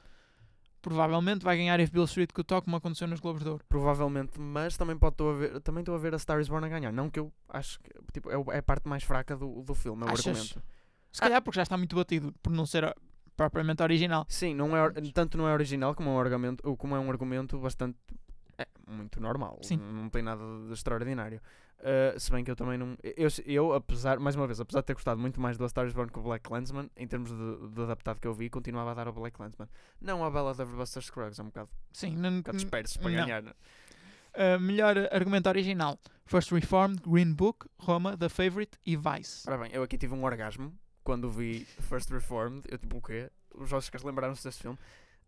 Speaker 2: Provavelmente vai ganhar If Bill Street Could Talk, como aconteceu nos Globos de Ouro.
Speaker 3: Provavelmente, mas também pode estou a ver, também estou a ver a Star Is Born a ganhar. Não que eu acho que tipo, é, o- é a parte mais fraca do, do filme, é o
Speaker 2: Achas?
Speaker 3: argumento.
Speaker 2: Se calhar porque já está muito batido, por não ser ah, propriamente original.
Speaker 3: Sim, não é, or- tanto não é original como é um argumento, ou como é um argumento bastante É muito normal.
Speaker 2: Sim.
Speaker 3: Não tem nada de extraordinário. Uh, se bem que eu também não. Eu, eu, apesar, mais uma vez, apesar de ter gostado muito mais do A Star is Born que o Black Clansman, em termos de, de adaptado que eu vi, continuava a dar ao Black Clansman. Não à Bela da Buster Scruggs, é um bocado,
Speaker 2: Sim, não,
Speaker 3: um bocado disperso para
Speaker 2: Hum, não.
Speaker 3: ganhar. né?
Speaker 2: Uh, melhor argumento original: First Reformed, Green Book, Roma, The Favorite e Vice.
Speaker 3: Ora bem, eu aqui tive um orgasmo quando vi First Reformed. Eu tipo, o quê? Os Oscars lembraram-se desse filme.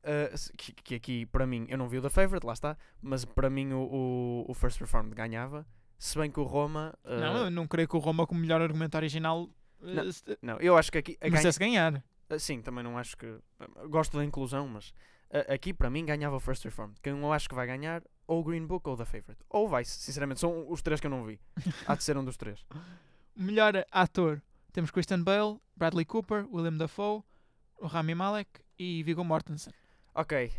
Speaker 3: Uh, se- que, que aqui, para mim, eu não vi o The Favorite, lá está, mas para mim o, o, o First Reformed ganhava. Se bem que o Roma. uh,
Speaker 2: Não, eu não creio que o Roma, como melhor argumento original, uh,
Speaker 3: Não.
Speaker 2: se-
Speaker 3: não, eu acho que aqui. a ganha-
Speaker 2: merecesse ganhar.
Speaker 3: Ah, Sim, também não acho que. ah, Gosto da inclusão, mas ah, aqui para mim ganhava o First Reformed. Quem eu acho que vai ganhar, ou o Green Book ou The Favorite. Ou o Vice, sinceramente, são os três que eu não vi. Há de ser um dos três.
Speaker 2: Melhor ator: temos Christian Bale, Bradley Cooper, William Dafoe, o Rami Malek e Viggo Mortensen.
Speaker 3: Ok.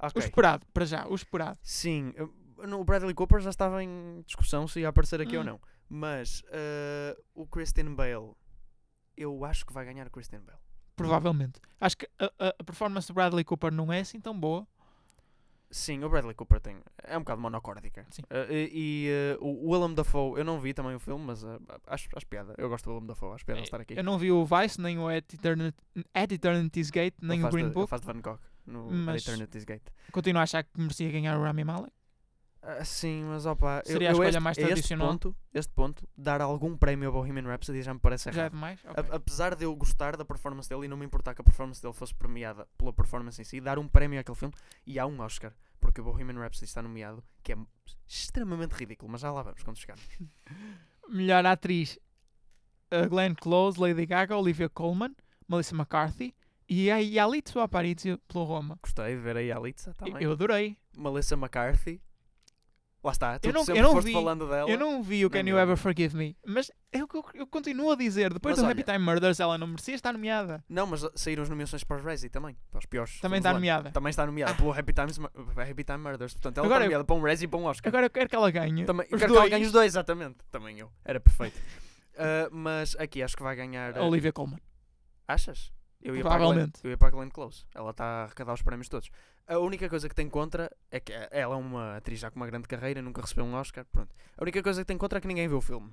Speaker 2: O
Speaker 3: ok.
Speaker 2: esperado, para já, o esperado.
Speaker 3: Sim, eu- no- o Bradley Cooper já estava em discussão se ia aparecer aqui ou
Speaker 2: Hum.
Speaker 3: não. Mas ah, o Christian Bale, eu acho que vai ganhar o Christian Bale.
Speaker 2: Provavelmente. Acho que a, a- a performance do Bradley Cooper não é assim tão boa.
Speaker 3: Sim, o Bradley Cooper tem. É um bocado monocórdica.
Speaker 2: Sim.
Speaker 3: Eh, e eh, o Willem Dafoe, eu não vi também o filme, mas eh, acho, acho piada. Eu gosto do Willem Dafoe, acho piada estar aqui.
Speaker 2: É, Eu não vi o Vice, nem o At, Eternit- At Eternity's Gate,
Speaker 3: Ele
Speaker 2: nem o
Speaker 3: faz
Speaker 2: Green
Speaker 3: de,
Speaker 2: Book.
Speaker 3: Faz de Van Gogh no
Speaker 2: Mas-
Speaker 3: mas... Eternity's Gate.
Speaker 2: Continuo a achar que merecia ganhar o Rami Malek.
Speaker 3: Ah, sim, mas opa. eu-
Speaker 2: Seria a
Speaker 3: eu
Speaker 2: escolha
Speaker 3: este-
Speaker 2: mais
Speaker 3: a este
Speaker 2: tradicional.
Speaker 3: ponto- Este ponto, dar algum prémio ao Bohemian Rhapsody já me
Speaker 2: Já
Speaker 3: parece
Speaker 2: é
Speaker 3: Tá errado.
Speaker 2: demais? Ok.
Speaker 3: A- apesar de eu gostar da performance dele e não me importar que a performance dele fosse premiada pela performance em si, dar um prémio àquele filme e há um Oscar, porque o Bohemian Rhapsody está nomeado, que é extremamente ridículo, mas já lá vamos quando chegarmos.
Speaker 2: Melhor atriz: a Glenn Close, Lady Gaga, Olivia Colman, Melissa McCarthy e a Yalitza Aparicio pelo Roma.
Speaker 3: Gostei de ver a Yalitza também.
Speaker 2: Eu adorei.
Speaker 3: Melissa McCarthy. Lá está, tu
Speaker 2: Eu não-
Speaker 3: sempre
Speaker 2: eu não
Speaker 3: foste
Speaker 2: vi-
Speaker 3: falando dela.
Speaker 2: Eu não vi o Can
Speaker 3: nem
Speaker 2: You
Speaker 3: eu.
Speaker 2: Ever Forgive Me, mas é o que eu, eu continuo a dizer. Depois
Speaker 3: Mas
Speaker 2: do
Speaker 3: olha-
Speaker 2: Happy Time Murders, ela não merecia estar nomeada.
Speaker 3: Não, mas saíram as nomeações para os Razzie também, para os piores.
Speaker 2: Também
Speaker 3: filmes do
Speaker 2: está
Speaker 3: ano.
Speaker 2: nomeada. Ah.
Speaker 3: Também está nomeada pelo Happy, Times, Happy Time Murders. Portanto, ela
Speaker 2: Agora
Speaker 3: está
Speaker 2: eu-
Speaker 3: nomeada para um Razzie e para um Oscar.
Speaker 2: Agora eu quero que ela ganhe.
Speaker 3: também, eu
Speaker 2: os
Speaker 3: quero que ela ganhe os dois, exatamente. Também eu. Era perfeito. [laughs] Ah, mas aqui acho que vai ganhar.
Speaker 2: A Olivia Colman.
Speaker 3: Achas? Eu ia, para a Glenn,
Speaker 2: Provavelmente.
Speaker 3: eu ia para a Glenn Close. Ela está a arrecadar os prémios todos. A única coisa que tem contra é que ela é uma atriz já com uma grande carreira, nunca recebeu um Oscar. Pronto. A única coisa que tem contra é que ninguém viu o filme.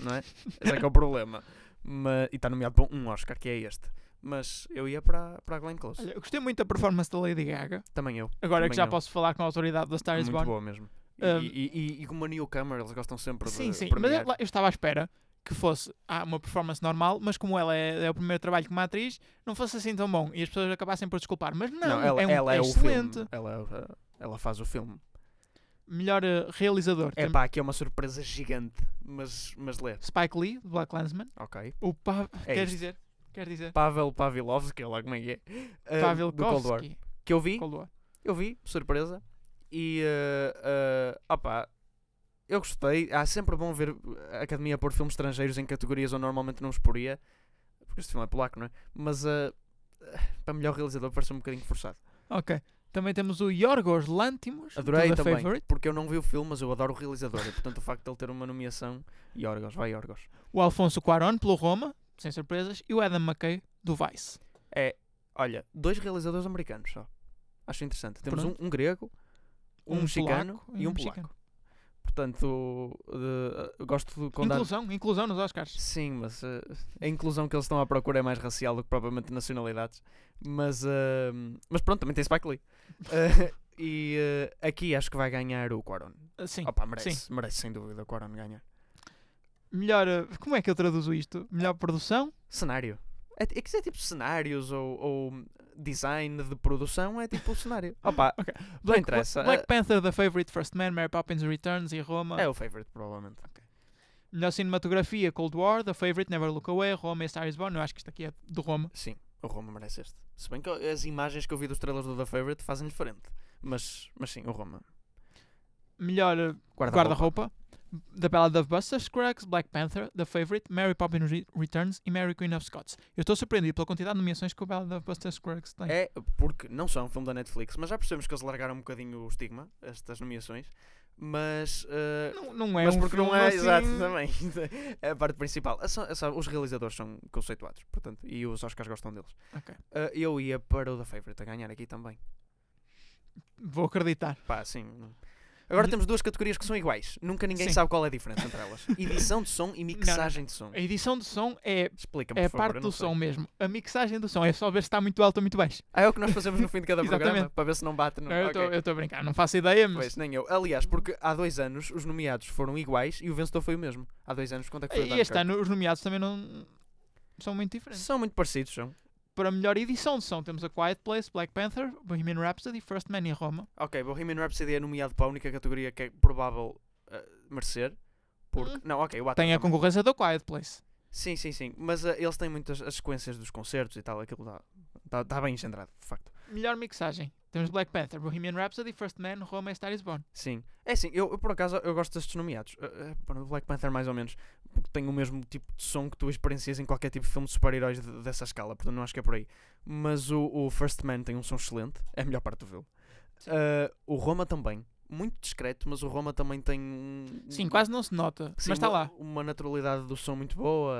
Speaker 3: Não é? Esse é
Speaker 2: [laughs]
Speaker 3: que é o problema. Mas, e está nomeado para um Oscar, que é este. Mas eu ia para, para a Glenn Close.
Speaker 2: Olha, eu gostei muito da performance da Lady Gaga.
Speaker 3: Também eu.
Speaker 2: Agora é que
Speaker 3: Também
Speaker 2: já
Speaker 3: eu.
Speaker 2: posso falar com a autoridade da Star is
Speaker 3: Muito
Speaker 2: Born.
Speaker 3: boa mesmo. E,
Speaker 2: Um,
Speaker 3: e, e, e como a Neil Cameron, eles gostam sempre de
Speaker 2: Sim, sim, mas
Speaker 3: premiar.
Speaker 2: eu, lá- eu estava à espera que fosse ah, uma performance normal, mas como ela é, é o primeiro trabalho como atriz, não fosse assim tão bom e as pessoas acabassem por desculpar. Mas não,
Speaker 3: ela
Speaker 2: é, um,
Speaker 3: ela
Speaker 2: é
Speaker 3: o
Speaker 2: excelente.
Speaker 3: filme. Ela, é o- ela faz o filme.
Speaker 2: Melhor eh, realizador:
Speaker 3: É
Speaker 2: temos
Speaker 3: pá, aqui é uma surpresa gigante. Mas, mas lê.
Speaker 2: Spike Lee, do Black Klansman.
Speaker 3: Ok.
Speaker 2: O pa...
Speaker 3: É
Speaker 2: Queres
Speaker 3: isto.
Speaker 2: dizer? Quer dizer?
Speaker 3: Pavel Pavilovski, ou lá como é que é. ah,
Speaker 2: Pavel
Speaker 3: do Cold War.
Speaker 2: Kowski.
Speaker 3: Que eu vi,
Speaker 2: Cold War.
Speaker 3: eu vi, surpresa. E, ah, ah, opá, eu gostei. Há sempre bom ver a Academia pôr filmes estrangeiros em categorias onde normalmente não os poria. Porque este filme é polaco, não é? Mas ah, para melhor realizador parece um bocadinho forçado.
Speaker 2: Ok. Também temos o Yorgos Lantimos.
Speaker 3: Adorei
Speaker 2: do The
Speaker 3: também,
Speaker 2: é Favorite.
Speaker 3: porque eu não vi o filme, mas eu adoro o realizador. E portanto o facto de ele ter uma nomeação... Yorgos, vai Yorgos.
Speaker 2: O Alfonso Cuarón, pelo Roma, sem surpresas. E o Adam McKay, do Vice.
Speaker 3: É, olha, dois realizadores americanos só. Acho interessante. Temos um,
Speaker 2: Pronto.
Speaker 3: um grego, um,
Speaker 2: Um
Speaker 3: mexicano
Speaker 2: polaco
Speaker 3: e um polaco. Portanto, eh, gosto do condado.
Speaker 2: Inclusão, inclusão nos Oscars.
Speaker 3: Sim, mas eh, a inclusão que eles estão à procura é mais racial do que propriamente nacionalidades. Mas, eh, mas pronto, também
Speaker 2: [laughs]
Speaker 3: tem Spike Lee. Eh, e eh, aqui acho que vai ganhar o Quaron.
Speaker 2: Ah, Sim.
Speaker 3: Opa, merece, merece sem dúvida o Quaron ganhar.
Speaker 2: Melhor. eh, Como é que eu traduzo isto? Melhor produção?
Speaker 3: Cenário. É, ti- é que isso é tipo cenários ou, ou design de produção, é tipo
Speaker 2: [laughs]
Speaker 3: o cenário. Opa,
Speaker 2: Ok.
Speaker 3: não interessa.
Speaker 2: Black Panther, The Favorite, First Man, Mary Poppins Returns e Roma.
Speaker 3: É o favorite, provavelmente.
Speaker 2: Melhor cinematografia, Cold War, The Favorite, Never Look Away, Roma e Star is Born. Eu acho que isto aqui é de Roma.
Speaker 3: Sim, o Roma merece este. Se bem que as imagens que eu vi dos trailers do The Favorite fazem diferente. Mas, mas sim, o Roma.
Speaker 2: Melhor eh, Guarda-roupa. The Ballad of Buster Scruggs, Black Panther, The Favorite, Mary Poppins Re- Returns e Mary Queen of Scots. Eu estou surpreendido pela quantidade de nomeações que o Ballad of Buster Scruggs tem.
Speaker 3: É, porque não são um filme da Netflix, mas já percebemos que eles largaram um bocadinho o estigma, estas nomeações. Mas. eh,
Speaker 2: Não, não é
Speaker 3: mas
Speaker 2: um
Speaker 3: porque não
Speaker 2: filme
Speaker 3: é,
Speaker 2: assim-
Speaker 3: exato, também. [laughs] é a parte principal. Ah, são- são- os realizadores são conceituados, portanto, e os Oscars gostam deles.
Speaker 2: Ok.
Speaker 3: Eh, eu ia para o The Favorite a ganhar aqui também.
Speaker 2: Vou acreditar.
Speaker 3: Pá, sim. Agora
Speaker 2: N-
Speaker 3: temos duas categorias que são iguais. Nunca ninguém
Speaker 2: Sim.
Speaker 3: sabe qual é a diferença
Speaker 2: [laughs]
Speaker 3: entre elas. Edição de som e mixagem de som.
Speaker 2: A edição de som é,
Speaker 3: Explica-me,
Speaker 2: é a
Speaker 3: por favor,
Speaker 2: parte
Speaker 3: eu
Speaker 2: do
Speaker 3: não sei.
Speaker 2: som mesmo. A mixagem do som é só ver se está muito alto ou muito baixo.
Speaker 3: Ah, é o que nós fazemos no fim de
Speaker 2: [laughs]
Speaker 3: cada programa,
Speaker 2: Exatamente.
Speaker 3: para ver se não bate. No...
Speaker 2: Não, eu
Speaker 3: Ok.
Speaker 2: estou a brincar, não faço ideia, mas.
Speaker 3: Pois, nem eu. Aliás, porque há dois anos os nomeados foram iguais e o vencedor foi o mesmo. Há dois anos, quanto é que foi o
Speaker 2: E este
Speaker 3: Dunkirk?
Speaker 2: ano os nomeados também não são muito diferentes.
Speaker 3: São muito parecidos, são.
Speaker 2: Para melhor edição de som, temos a Quiet Place, Black Panther, Bohemian Rhapsody, First Man in Roma.
Speaker 3: Ok, Bohemian Rhapsody é nomeado para a única categoria que é provável eh, merecer. Porque...
Speaker 2: Hum.
Speaker 3: Não, ok, o Atman
Speaker 2: Tem a
Speaker 3: Ah, também.
Speaker 2: concorrência do Quiet Place.
Speaker 3: Sim, sim, sim. Mas eh, eles têm muitas as sequências dos concertos e tal. Aquilo está tá, tá bem engendrado, de facto.
Speaker 2: Melhor mixagem, temos Black Panther, Bohemian Rhapsody, First Man, Roma e Star is Born.
Speaker 3: Sim. É assim, eu, eu, por acaso eu gosto destes nomeados. Eh, eh, pá, no Black Panther mais ou menos, porque tem o mesmo tipo de som que tu experiencias em qualquer tipo de filme de super-heróis de- dessa escala, portanto não acho que é por aí. Mas o, o First Man tem um som excelente, é a melhor parte do filme. Eh, o Roma também, muito discreto, mas o Roma também tem um...
Speaker 2: Sim, quase não se nota, mas está
Speaker 3: uma,
Speaker 2: lá.
Speaker 3: Uma naturalidade do som muito boa,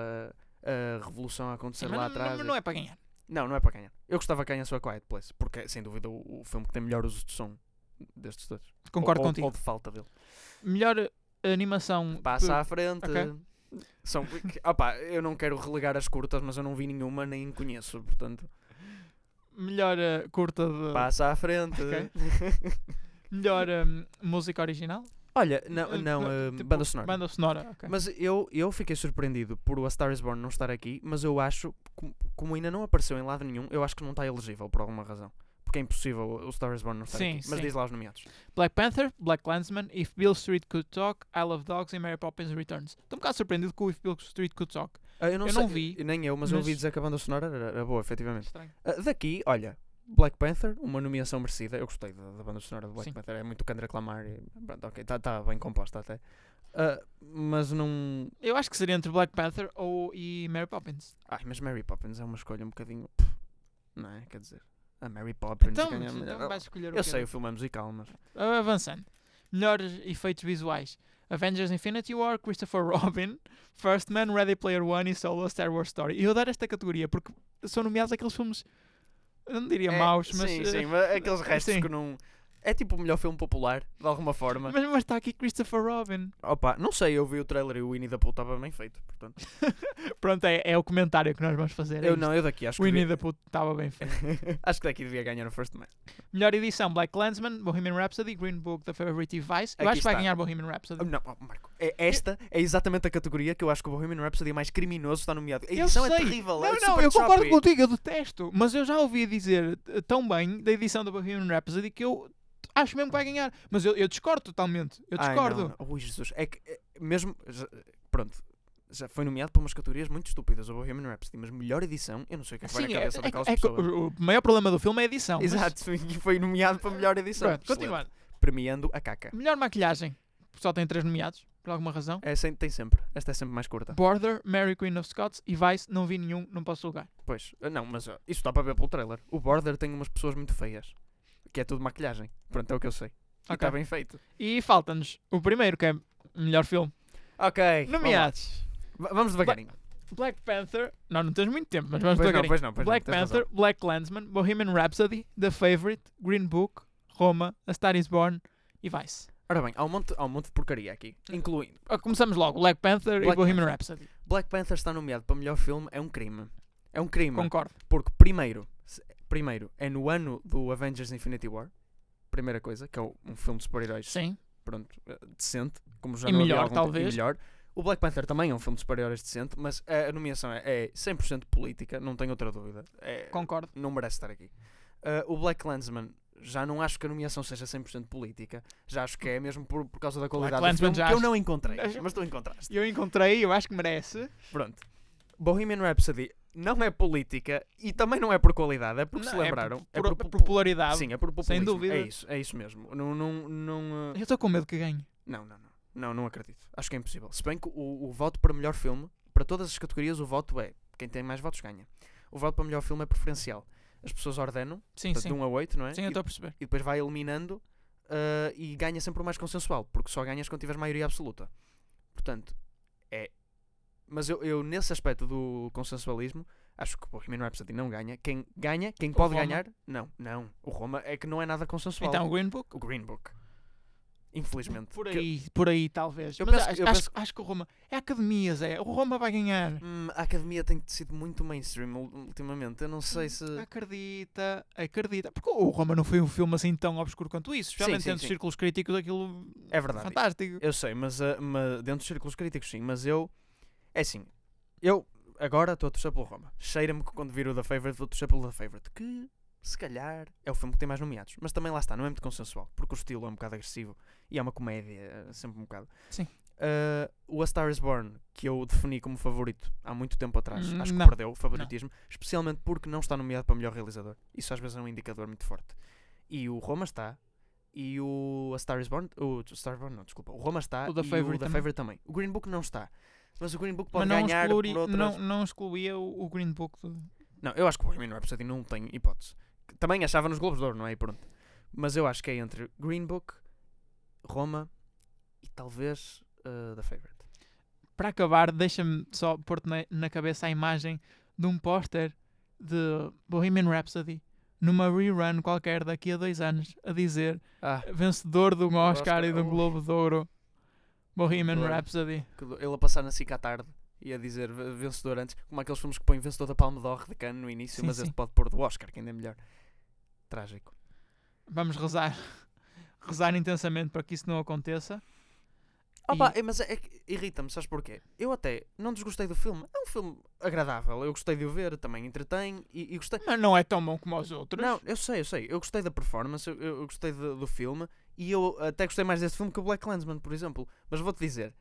Speaker 3: a, a revolução a acontecer
Speaker 2: Sim, mas
Speaker 3: lá
Speaker 2: não- não-
Speaker 3: atrás.
Speaker 2: não, é para ganhar.
Speaker 3: Não, não é para ganhar. Eu gostava que ganhasse o A Quiet Place, porque é sem dúvida o, o filme que tem melhor uso de som destes todos.
Speaker 2: Concordo
Speaker 3: ou, ou-
Speaker 2: contigo.
Speaker 3: Ou de falta dele.
Speaker 2: Melhor eh, animação.
Speaker 3: Passa
Speaker 2: por-
Speaker 3: à frente.
Speaker 2: ok.
Speaker 3: São, que- opá, eu não quero relegar as curtas, mas eu não vi nenhuma nem conheço, portanto.
Speaker 2: Melhor eh, curta de.
Speaker 3: Passa à frente.
Speaker 2: Ok. Melhor eh, música original.
Speaker 3: [laughs] Olha, não,
Speaker 2: Eh,
Speaker 3: não
Speaker 2: eh,
Speaker 3: eh,
Speaker 2: tipo,
Speaker 3: banda sonora.
Speaker 2: Banda sonora, ok.
Speaker 3: Mas eu, eu fiquei surpreendido por o A Star is Born não estar aqui, mas eu acho, com- como ainda não apareceu em lado nenhum, eu acho que não está elegível por alguma razão. Porque é impossível o Star is Born não estar
Speaker 2: Sim,
Speaker 3: aqui. Mas
Speaker 2: sim.
Speaker 3: diz lá os nomeados.
Speaker 2: Black Panther, Black Klansman, If Bill Street Could Talk, I Love Dogs e Mary Poppins Returns. Estou um bocado surpreendido com o If Bill Street Could Talk.
Speaker 3: Ah, eu não,
Speaker 2: Eu
Speaker 3: sei-
Speaker 2: não vi,
Speaker 3: Nem eu, mas, eu
Speaker 2: mas-
Speaker 3: ouvi dizer que a banda sonora era, era boa, efetivamente.
Speaker 2: Estranho.
Speaker 3: Ah, daqui, olha, Black Panther, uma nomeação merecida. Eu gostei da, da banda sonora do Black
Speaker 2: Sim.
Speaker 3: Panther, é muito Kendra Lamar e pronto, ok, está bem composta até. Ah, mas não.
Speaker 2: Eu acho que seria entre Black Panther ou e Mary Poppins.
Speaker 3: Ai, mas Mary Poppins é uma escolha um bocadinho. pff, Não é? Quer dizer, a Mary Poppins
Speaker 2: Então,
Speaker 3: ganha a é melhor-
Speaker 2: então vais escolher o quê?
Speaker 3: Eu sei, o filme é musical, mas.
Speaker 2: Ah, Avançando. Melhores efeitos visuais. Avengers Infinity War, Christopher [laughs] Robin, First Man, Ready Player One e Solo, a Star Wars Story. E eu dar esta categoria porque são nomeados aqueles filmes, eu não diria
Speaker 3: É,
Speaker 2: maus, mas...
Speaker 3: Sim,
Speaker 2: eh,
Speaker 3: sim, mas aqueles restos
Speaker 2: sim.
Speaker 3: que não. É tipo o melhor filme popular, de alguma forma.
Speaker 2: Mas mas está aqui Christopher Robin.
Speaker 3: Opa, não sei, eu vi o trailer e o Winnie da Pooh estava bem feito, portanto.
Speaker 2: Pronto, é, é o comentário que nós vamos fazer. é
Speaker 3: Eu
Speaker 2: isto.
Speaker 3: não, eu daqui acho que.
Speaker 2: Winnie
Speaker 3: devia-
Speaker 2: the Pooh estava bem feito.
Speaker 3: [laughs] acho que daqui devia ganhar o First Man.
Speaker 2: Melhor edição: Black Klansman, Bohemian Rhapsody, Green Book, The Favorite Vice. Eu
Speaker 3: Aqui
Speaker 2: acho que vai
Speaker 3: está.
Speaker 2: ganhar Bohemian
Speaker 3: Oh,
Speaker 2: Rhapsody.
Speaker 3: Não, oh, Marco, é- esta é exatamente a categoria que eu acho que o Bohemian Rhapsody é mais criminoso está nomeado. A
Speaker 2: Eu
Speaker 3: edição é
Speaker 2: sei.
Speaker 3: terrível. é
Speaker 2: não, não,
Speaker 3: super
Speaker 2: eu concordo
Speaker 3: choppy.
Speaker 2: contigo, eu detesto. Mas eu já ouvi dizer eh, tão bem da edição da Bohemian Rhapsody que eu acho mesmo que vai ganhar. Mas eu, eu discordo totalmente. Eu
Speaker 3: Ai,
Speaker 2: discordo.
Speaker 3: não, não. Ui, Jesus. É que é, mesmo. já- pronto. Já foi nomeado para umas categorias muito estúpidas o Bohemian Rhapsody, mas melhor edição, eu não sei o que é que vai
Speaker 2: Sim,
Speaker 3: na
Speaker 2: é,
Speaker 3: cabeça
Speaker 2: é-
Speaker 3: daquelas
Speaker 2: é que
Speaker 3: pessoas.
Speaker 2: o, o maior problema do filme é a edição. mas-
Speaker 3: Exato, e foi nomeado para melhor edição.
Speaker 2: Pronto,
Speaker 3: Excelente.
Speaker 2: continuando. Hum.
Speaker 3: Premiando a caca.
Speaker 2: Melhor maquilhagem: só tem três nomeados, por alguma razão.
Speaker 3: É, sem- tem sempre. Esta é sempre mais curta.
Speaker 2: Border, Mary Queen of Scots e Vice, não vi nenhum, não posso julgar.
Speaker 3: Pois, ah, não, mas ah, isso dá para ver pelo trailer. O Border tem umas pessoas muito feias. Que é tudo maquilhagem. Pronto, é o que eu sei. E está
Speaker 2: Ok.
Speaker 3: bem feito.
Speaker 2: E falta-nos o primeiro, que é melhor filme.
Speaker 3: Ok. vamos lá.
Speaker 2: Nomeados:
Speaker 3: Va- Vamos devagarinho.
Speaker 2: Black Panther. Não, não tens muito tempo, mas vamos
Speaker 3: Pois não,
Speaker 2: devagarinho.
Speaker 3: pois não, pois
Speaker 2: Black
Speaker 3: não, tens razão.
Speaker 2: Panther, Black Klansman, Bohemian Rhapsody, The Favorite, Green Book, Roma, A Star Is Born e Vice.
Speaker 3: Ora bem, há um monte, há um monte de porcaria aqui, incluindo.
Speaker 2: Ah, Começamos logo. Black Panther e
Speaker 3: Black
Speaker 2: Bohemian Rhapsody.
Speaker 3: Black Panther está nomeado para melhor filme, é um crime. É um crime.
Speaker 2: Concordo.
Speaker 3: Porque primeiro, se- primeiro é no ano do Avengers Infinity War. Primeira coisa, que é o- um filme de super-heróis
Speaker 2: Sim.
Speaker 3: pronto, eh, decente, como já
Speaker 2: E
Speaker 3: não havia
Speaker 2: melhor,
Speaker 3: há algum tempo, e
Speaker 2: talvez.
Speaker 3: melhor. O Black Panther também é um filme de super-heróis decente, mas a a nomeação é, é 100% política, não tenho outra dúvida. É-
Speaker 2: Concordo.
Speaker 3: não merece estar aqui. Ah, o Black Landsman, já não acho que a nomeação seja 100% política, já acho que é mesmo por, por causa da qualidade do
Speaker 2: Klansman
Speaker 3: filme,
Speaker 2: já
Speaker 3: que eu
Speaker 2: acho-
Speaker 3: não encontrei,
Speaker 2: Acho-
Speaker 3: mas tu encontraste.
Speaker 2: Eu encontrei, eu acho que merece.
Speaker 3: Pronto. Bohemian Rhapsody não é política e também não é por qualidade, é porque
Speaker 2: Não,
Speaker 3: se
Speaker 2: é
Speaker 3: lembraram.
Speaker 2: por- por- por
Speaker 3: popu-
Speaker 2: popularidade.
Speaker 3: Sim, é por populismo.
Speaker 2: dúvida.
Speaker 3: É isso, é isso mesmo. Não, não, não, eh,
Speaker 2: Eu estou com medo que ganhe.
Speaker 3: não, não, não. Não, não acredito. Acho que é impossível. Se bem que o, o voto para melhor filme, para todas as categorias, o voto é quem tem mais votos ganha. O voto para melhor filme é preferencial. As pessoas ordenam,
Speaker 2: Sim,
Speaker 3: portanto, de
Speaker 2: sim.
Speaker 3: 1 a 8, não é?
Speaker 2: Sim,
Speaker 3: E
Speaker 2: eu estou a perceber.
Speaker 3: e depois vai eliminando ah, e ganha sempre o mais consensual, porque só ganhas quando tiveres maioria absoluta. Portanto, é. Mas eu, eu, nesse aspecto do consensualismo, acho que o Bohemian Rhapsody não ganha. Quem ganha, quem pode
Speaker 2: Roma.
Speaker 3: ganhar, não, não. O Roma é que não é nada consensual.
Speaker 2: Então, Green Book.
Speaker 3: o Green Book. Infelizmente.
Speaker 2: Por
Speaker 3: Que-
Speaker 2: aí, por aí talvez.
Speaker 3: Eu
Speaker 2: Mas
Speaker 3: penso-
Speaker 2: acho,
Speaker 3: eu
Speaker 2: acho-
Speaker 3: penso-
Speaker 2: acho que o Roma. É academias, é. O Roma vai ganhar.
Speaker 3: Hum, a academia tem sido muito mainstream ul- ultimamente. Eu não sei se.
Speaker 2: Acredita, acredita. Porque o Roma não foi um filme assim tão obscuro quanto isso. Especialmente
Speaker 3: sim,
Speaker 2: dentro dos
Speaker 3: sim.
Speaker 2: círculos críticos, aquilo
Speaker 3: É verdade.
Speaker 2: fantástico.
Speaker 3: Eu sei, mas, ah, ma- dentro dos círculos críticos, sim. Mas eu. É assim. Eu agora estou a torcer pelo Roma. Cheira-me que quando vir o The Favorite vou torcer pelo The Favorite. Que, se calhar, é o filme que tem mais nomeados. Mas também lá está, não é muito consensual. Porque o estilo é um bocado agressivo e é uma comédia, ah, sempre um bocado.
Speaker 2: Sim.
Speaker 3: Ah, o A Star is Born, que eu defini como favorito há muito tempo atrás,
Speaker 2: Hum,
Speaker 3: acho que
Speaker 2: não.
Speaker 3: perdeu o favoritismo, especialmente porque não está nomeado para melhor realizador. Isso às vezes é um indicador muito forte. E o Roma está, e o A Star is Born, o Star is Born não, desculpa, o Roma está
Speaker 2: O The
Speaker 3: e
Speaker 2: Favourite
Speaker 3: o The
Speaker 2: também.
Speaker 3: Favorite também. O Green Book não está. Mas o Green Book
Speaker 2: Mas
Speaker 3: pode
Speaker 2: não,
Speaker 3: ganhar
Speaker 2: exclui-
Speaker 3: por outras...
Speaker 2: não, não excluía o, o Green Book. do-
Speaker 3: Não, eu acho que o Bohemian Rhapsody não tem hipótese. Que Também achava nos Globos de Ouro, não é? E pronto. Mas eu acho que é entre Green Book, Roma e talvez uh, The Favorite.
Speaker 2: Para acabar, deixa-me só pôr na, na cabeça a imagem de um póster de Bohemian Rhapsody numa rerun qualquer daqui a dois anos a dizer
Speaker 3: Ah,
Speaker 2: vencedor de um Oscar
Speaker 3: Oscar, uh.
Speaker 2: e de um
Speaker 3: ui.
Speaker 2: Globo de Ouro Bohemian
Speaker 3: Adoro.
Speaker 2: Rhapsody.
Speaker 3: que do- ele a passar na SIC à tarde e a dizer ve- vencedor antes, como aqueles filmes que põem vencedor da Palme d'Or de Cannes no início,
Speaker 2: Sim,
Speaker 3: mas
Speaker 2: sim.
Speaker 3: esse pode pôr do Oscar, que ainda é melhor. Trágico.
Speaker 2: Vamos rezar. [laughs] Rezar intensamente para que isso não aconteça.
Speaker 3: Opa, é- mas é, é que irrita-me, sabes porquê? Eu até não desgostei do filme. É um filme agradável, eu gostei de o ver, também entretém e, e gostei.
Speaker 2: Mas não é tão bom como os outros.
Speaker 3: Não, eu sei, eu sei. Eu gostei da performance, eu, eu gostei do, do filme e eu até gostei mais deste filme que o Black Landsman, por exemplo. Mas vou-te dizer,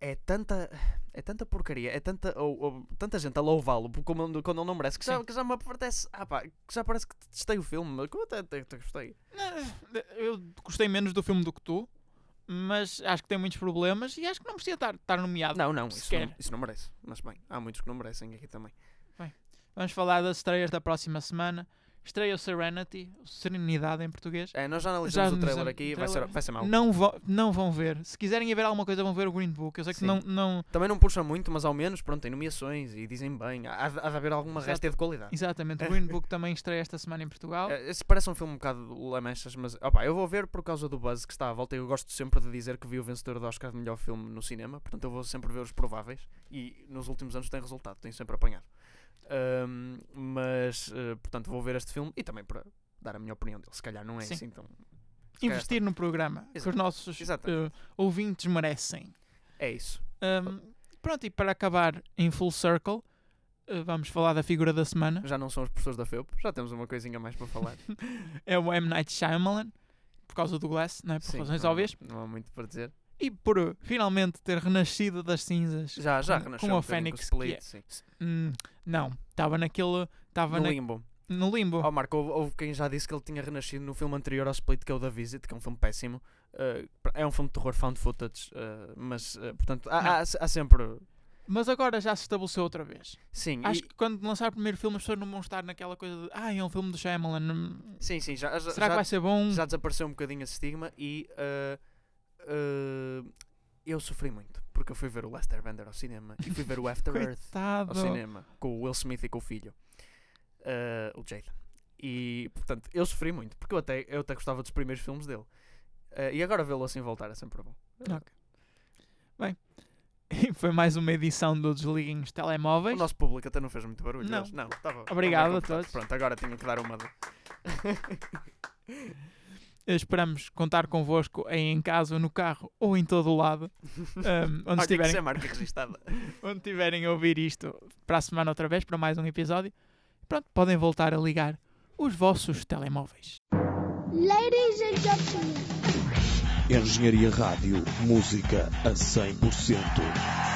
Speaker 3: é tanta, é tanta porcaria, é tanta, ou, ou- tanta gente a louvá-lo por- como ele- quando ele não merece, que já,
Speaker 2: Sim.
Speaker 3: que já me apetece, ah pá, que já parece que testei o filme, mas que eu até, até, até gostei.
Speaker 2: Não, Eu gostei menos do filme do que tu, mas acho que tem muitos problemas e acho que não merecia estar, estar nomeado.
Speaker 3: Não, não isso,
Speaker 2: sequer.
Speaker 3: não, isso não merece. Mas bem, há muitos que não merecem aqui também.
Speaker 2: Vamos falar das estreias da próxima semana. Estreia o Serenity, o Serenidade em português.
Speaker 3: É, nós já analisamos
Speaker 2: Já
Speaker 3: o trailer
Speaker 2: analisamos
Speaker 3: aqui,
Speaker 2: o
Speaker 3: vai, ser,
Speaker 2: trailer.
Speaker 3: vai ser mau.
Speaker 2: Não vão, não vão ver. Se quiserem ir ver alguma coisa, vão ver o Green Book. Eu sei que
Speaker 3: Sim.
Speaker 2: não, não.
Speaker 3: Também não puxa muito, mas ao menos, pronto, tem nomeações e dizem bem, há, há de há de haver alguma
Speaker 2: Exato.
Speaker 3: réstia de qualidade. [laughs]
Speaker 2: Exatamente, o Green Book também estreia esta semana em Portugal.
Speaker 3: Ah. É, Esse parece um filme um bocado lamechas, mas opa, eu vou ver por causa do buzz que está à volta. Eu gosto sempre de dizer que vi o vencedor do Oscar de melhor filme no cinema, portanto eu vou sempre ver os prováveis e nos últimos anos tem resultado, tem sempre apanhado. Ahm, mas, eh, portanto, vou ver este filme e também para dar a minha opinião dele. Se calhar não é
Speaker 2: Sim.
Speaker 3: assim tão. se calhar
Speaker 2: Investir no programa que os
Speaker 3: Exato.
Speaker 2: nossos
Speaker 3: Exatamente.
Speaker 2: eh, ouvintes merecem.
Speaker 3: está- É isso.
Speaker 2: Um, pronto, e para acabar em full circle, uh, vamos falar da figura da semana.
Speaker 3: Já não são os professores da FEUP, já temos uma coisinha mais para
Speaker 2: [laughs]
Speaker 3: falar.
Speaker 2: É o M. Night Shyamalan, por causa do Glass, não é? por
Speaker 3: Sim,
Speaker 2: razões
Speaker 3: não-
Speaker 2: óbvias,
Speaker 3: Não, há muito para dizer.
Speaker 2: e por uh, finalmente ter renascido das cinzas.
Speaker 3: Já, já
Speaker 2: Com-
Speaker 3: renasceu
Speaker 2: com
Speaker 3: um
Speaker 2: a
Speaker 3: bocadinho com o
Speaker 2: Fênix que
Speaker 3: Split,
Speaker 2: é
Speaker 3: sim.
Speaker 2: Hum, não, estava naquele. Estava
Speaker 3: No
Speaker 2: na-
Speaker 3: limbo.
Speaker 2: no limbo.
Speaker 3: Oh, Marco, houve, houve quem já disse que ele tinha renascido no filme anterior ao Split, que é o da Visit, que é um filme péssimo. Uh, é um filme de terror found footage, uh, mas, uh, portanto, há,
Speaker 2: Não.
Speaker 3: há- há sempre.
Speaker 2: Mas agora já se estabeleceu outra vez.
Speaker 3: Sim, e-
Speaker 2: Acho que quando lançar o primeiro filme, as pessoas não vão estar naquela coisa de. Ah, é um filme do Shyamalan. hum,
Speaker 3: sim, sim, já, já,
Speaker 2: Será que
Speaker 3: já-
Speaker 2: vai ser bom?
Speaker 3: já desapareceu um bocadinho esse estigma e uh, uh, eu sofri muito, porque eu fui ver o Last Airbender ao cinema e fui
Speaker 2: [laughs]
Speaker 3: ver o After Earth
Speaker 2: Coitado.
Speaker 3: ao cinema com o Will Smith e com o filho, eh, o Jaden. E portanto, eu sofri muito, porque eu até, eu até gostava dos primeiros filmes dele. Eh, e agora vê-lo assim voltar é sempre bom.
Speaker 2: [laughs] E foi mais uma edição do Desliguem os
Speaker 3: O
Speaker 2: Telemóveis.
Speaker 3: nosso público até não fez muito barulho.
Speaker 2: Não.
Speaker 3: hoje. não tá bom.
Speaker 2: Obrigado
Speaker 3: Tá
Speaker 2: a
Speaker 3: bom,
Speaker 2: todos.
Speaker 3: Pronto, agora tinha que dar uma. de-
Speaker 2: Esperamos contar convosco aí em casa, no carro ou em todo o
Speaker 3: [laughs]
Speaker 2: lado. Ahm, onde,
Speaker 3: Olha, que isso é
Speaker 2: estiverem,
Speaker 3: marca registada.
Speaker 2: onde estiverem a ouvir isto para a semana outra vez, para mais um episódio. Pronto, podem voltar a ligar os vossos telemóveis.
Speaker 6: Ladies and gentlemen.
Speaker 7: Engenharia Rádio, música a 100%.